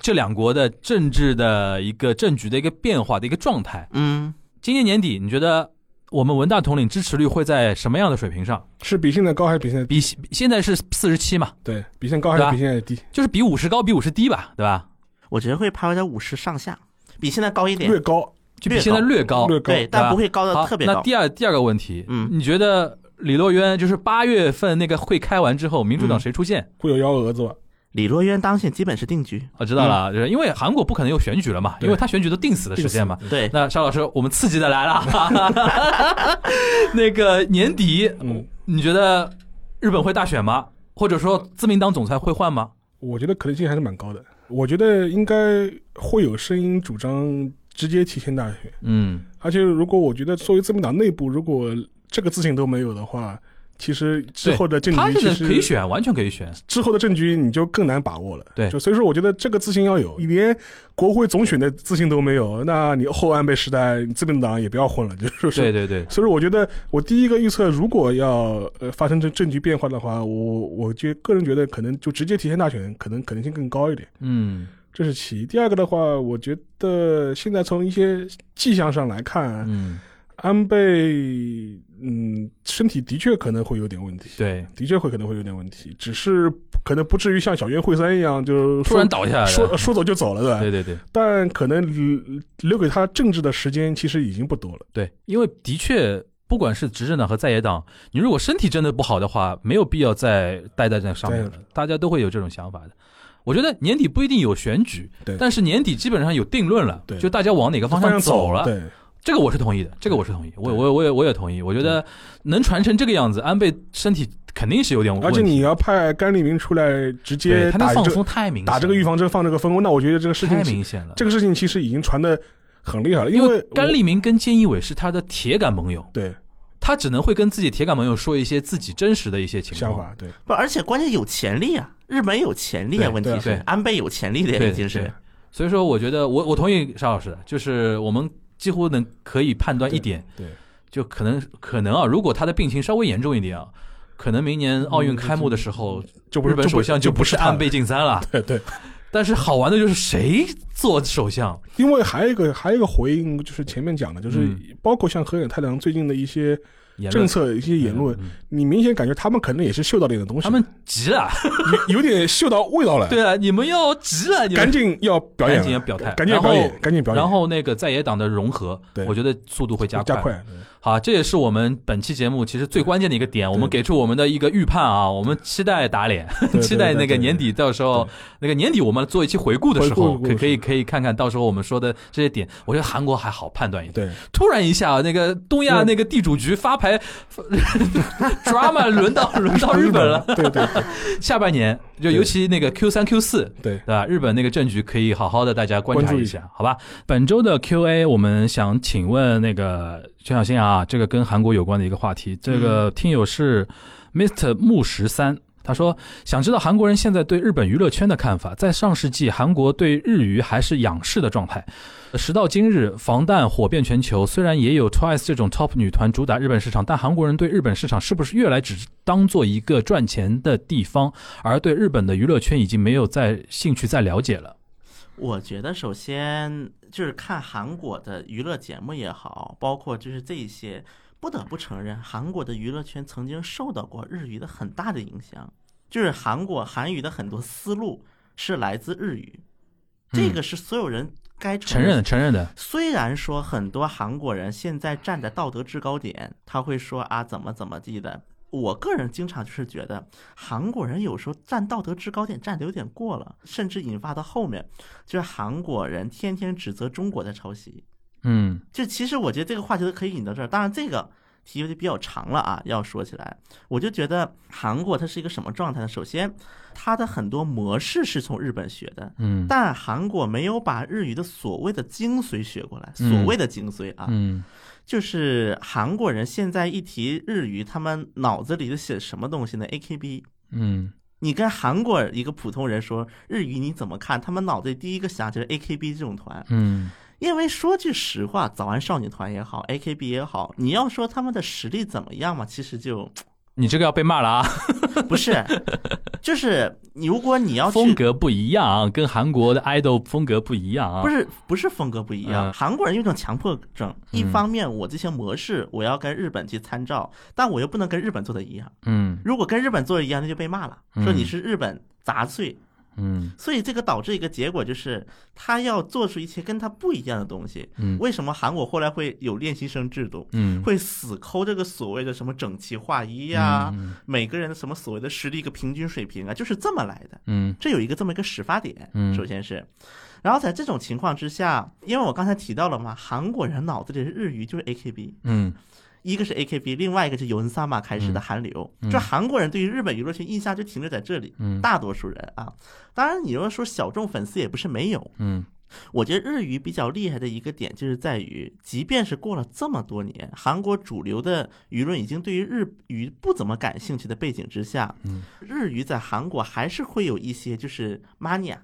这两国的政治的一个政局的一个变化的一个状态，
嗯，
今年年底你觉得我们文大统领支持率会在什么样的水平上？
是比现在高还是比现在低？
比现现在是四十七嘛，
对比现在高还是比现在低？
就是比五十高，比五十低吧，对吧？
我觉得会徘徊在五十上下，比现在高一点
略。高，
就比现在略高，
略高，
对，但不会高
好
呃的特别
那
高。
第二第二个问题，
嗯
你觉得李洛渊就是八月份那个会开完之后，民主党
嗯
谁出现？
会有幺蛾子吧？
李洛渊当选基本是定局。
我知道了啊，就是因为韩国不可能有选举了嘛，
对
因为他选举都定死的时间嘛。
对，
那邵老师，我们刺激的来了，那个年底，
嗯，
你觉得日本会大选吗？或者说自民党总裁会换吗？
我觉得可能性还是蛮高的。我觉得应该会有声音主张直接提前大选，
嗯，
而且如果我觉得作为自民党内部，如果这个自信都没有的话，其实之后的政
他
局
现
其
在可以
实
选，完全可以选。
之后的政局你就更难把握了。
对
就所以说我觉得这个自信要有，你连国会总选的自信都没有，那你后安倍时代你自民党也不要混了，就是说
对。对对，
所以说，我觉得我第一个预测，如果要呃发生这政局变化的话，我我觉个人觉得可能就直接提前大选，可能可能性更高一点。
嗯
这是其一。第二个的话，我觉得现在从一些迹象上来看，
嗯，
安倍嗯身体的确可能会有点问题，
对，
的确会可能会有点问题，只是可能不至于像小渊惠三一样就
突然倒下来
说
了。
说走就走了，对吧？
对对对
但可能留留给他政治的时间其实已经不多了。
对，因为的确，不管是执政党和在野党，你如果身体真的不好的话，没有必要再待在那上面了
对。
大家都会有这种想法的。我觉得年底不一定有选举
对，
但是年底基本上有定论了，
对
就大家往哪个方向走了。
对，
这个我是同意的，这个我是同意，我
对
我我也我也同意。我觉得能传成这个样子，安倍身体肯定是有点问题，
而且你要派甘利明出来直
对
接
他那
打一
放
针
松太明显了，
打这个预防针放这个蜂窝，那我觉得这个事
太
情
明显了。
这个事情其实已经传的很厉害了，
因
为
甘
我
利明跟菅义伟是他的铁杆盟友，
对
他只能会跟自己铁杆盟友说一些自己真实的一些情
想
况。
法对。
不，而且关键有潜力啊，日本有潜力
对
啊，问
对
题
啊
是
对
安倍有潜力的呀
对
已经
对
是，
所以说，我觉得我我同意沙老师的，就是我们几乎能可以判断一点，
对对
就可能可能啊，如果他的病情稍微严重一点啊，可能明年奥运开幕的时候，
就不
日
是
本
就不
首相
就
不
不
是
他
安
了
倍晋三了。
对对，
但是好玩的就是谁做首相，
因为还有一个还有一个回应，就是前面讲的，就是
嗯
包括像河野太郎最近的一些
言论
政策、一些言论，
嗯
你明显感觉他们可能也是嗅到了一点东西，
他们急了，
有有点嗅到味道了，，
对啊，你们要急了，你们
赶紧要表演了，
赶紧要表态
赶紧要
然后
表演，赶紧表演，
然后那个在野党的融合，
对
我觉得速度会加
加
快。嗯
快，
好，这也是我们本期节目其实最关键的一个点，我们给出我们的一个预判啊，我们期待打脸，
对
期待那个年，底到时候
对
那个年底我们做一期回顾的时候，
回
可以
顾
可以
回顾
可以看看到时候我们说的这些点，我觉得韩国还好判断一点。
对对对
突然一下，那个东亚
嗯
那个地主局发牌 drama 轮到轮到
对，
日本了，
对对对
下半年就
对
尤其那个 Q 三 Q 四，
对
对吧？日本那个政局可以好好的大家观察
关注
一
一
下，好吧？本周的 Q&A 我们想请问那个全小新啊，这个跟韩国有关的一个话题，这个听友是 Mr 木十三。他说：“想知道韩国人现在对日本娱乐圈的看法。在上世纪，韩国对日娱还是仰视的状态。时到今日，防弹火遍全球。虽然也有 Twice 这种 top 女团主打日本市场，但韩国人对日本市场是不是越来只当做一个赚钱的地方，而对日本的娱乐圈已经没有再兴趣再了解了？
我觉得首先就是看韩国的娱乐节目也好，包括就是这一些，不得不承认，韩国的娱乐圈曾经受到过日语的很大的影响，就是韩国韩语的很多思路是来自日语，这个是所有人该
承
认
认
的
的，承认的，
虽然说很多韩国人现在站在道德制高点，他会说啊怎么怎么地的，我个人经常就是觉得韩国人有时候站道德制高点站的有点过了，甚至引发到后面就是韩国人天天指责中国在抄袭。
嗯
就其实我觉得这个话题可以引到这儿，当然这个题就比较长了啊，要说起来，我就觉得韩国它是一个什么状态呢？首先，它的很多模式是从日本学的，
嗯
但韩国没有把日语的所谓的精髓学过来，
嗯
所谓的精髓啊，
嗯
就是韩国人现在一提日语，他们脑子里就写什么东西呢？AKB。
嗯，
你跟韩国一个普通人说日语你怎么看？他们脑子里第一个想就是 AKB 这种团，
嗯
因为说句实话，早安少女团也好，AKB 也好，你要说他们的实力怎么样嘛，其实就
你这个要被骂了啊！
不是，就是你如果你要去
风格不一样，跟韩国的 idol 风格不一样啊。
不，是不是风格不一样，
嗯
韩国人有一种强迫症，一方面我这些模式我要跟日本去参照，但我又不能跟日本做的一样。
嗯
如果跟日本做的一样，那就被骂了，说
嗯
你是日本杂碎，
嗯
所以这个导致一个结果就是，他要做出一些跟他不一样的东西。
嗯
为什么韩国后来会有练习生制度？
嗯，
会死抠这个所谓的什么整齐划一呀、
嗯
每个人的什么所谓的实力一个平均水平啊，就是这么来的。
嗯
这有一个这么一个始发点
嗯，
首先是，然后在这种情况之下，因为我刚才提到了嘛，韩国人脑子里的日语就是 A K B，
嗯
一个是 A K B，另外一个是由恩萨玛开始的韩流，
嗯
就韩国人对于日本娱乐圈印象就停留在这里，
嗯
大多数人啊，当然你要说小众粉丝也不是没有，
嗯
我觉得日语比较厉害的一个点就是在于，即便是过了这么多年，韩国主流的舆论已经对于日语不怎么感兴趣的背景之下，
嗯
日语在韩国还是会有一些就是 mania，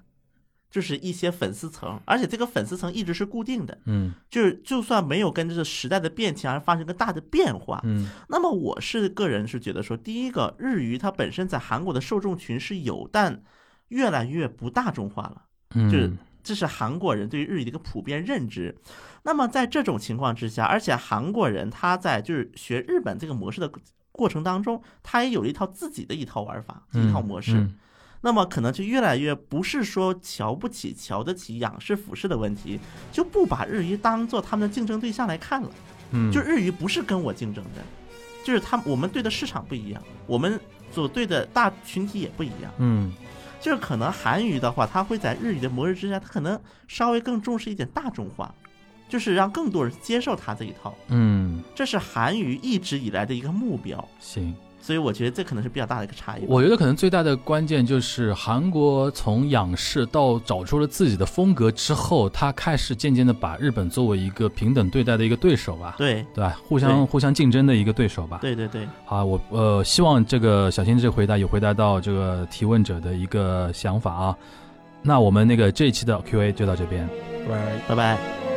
就是一些粉丝层，而且这个粉丝层一直是固定的，
嗯
就是就算没有跟这个时代的变迁而发生个大的变化，
嗯
那么我是个人是觉得说，第一个日语它本身在韩国的受众群是有，但越来越不大众化了。
嗯，
就是这是韩国人对于日语的一个普遍认知。那么在这种情况之下，而且韩国人他在就是学日本这个模式的过程当中，他也有了一套自己的一套玩法，一套模式。
嗯
那么可能就越来越不是说瞧不起、瞧得起、仰视、俯视的问题，就不把日语当做他们的竞争对象来看了。
嗯，
就日语不是跟我竞争的，就是他我们对的市场不一样，我们所对的大群体也不一样。
嗯
就是可能韩语的话，它会在日语的模式之下，它可能稍微更重视一点大众化，就是让更多人接受它这一套，
嗯
这是韩语一直以来的一个目标。
行。
所以我觉得这可能是比较大的一个差异吧。
我觉得可能最大的关键就是韩国从仰视到找出了自己的风格之后，他开始渐渐的把日本作为一个平等对待的一个对手吧，
对
对吧？互相
对
互相竞争的一个对手吧。
对对对，
好，我呃希望这个小新这个回答有回答到这个提问者的一个想法啊。那我们那个这一期的 Q&A 就到这边。
拜拜。
拜拜。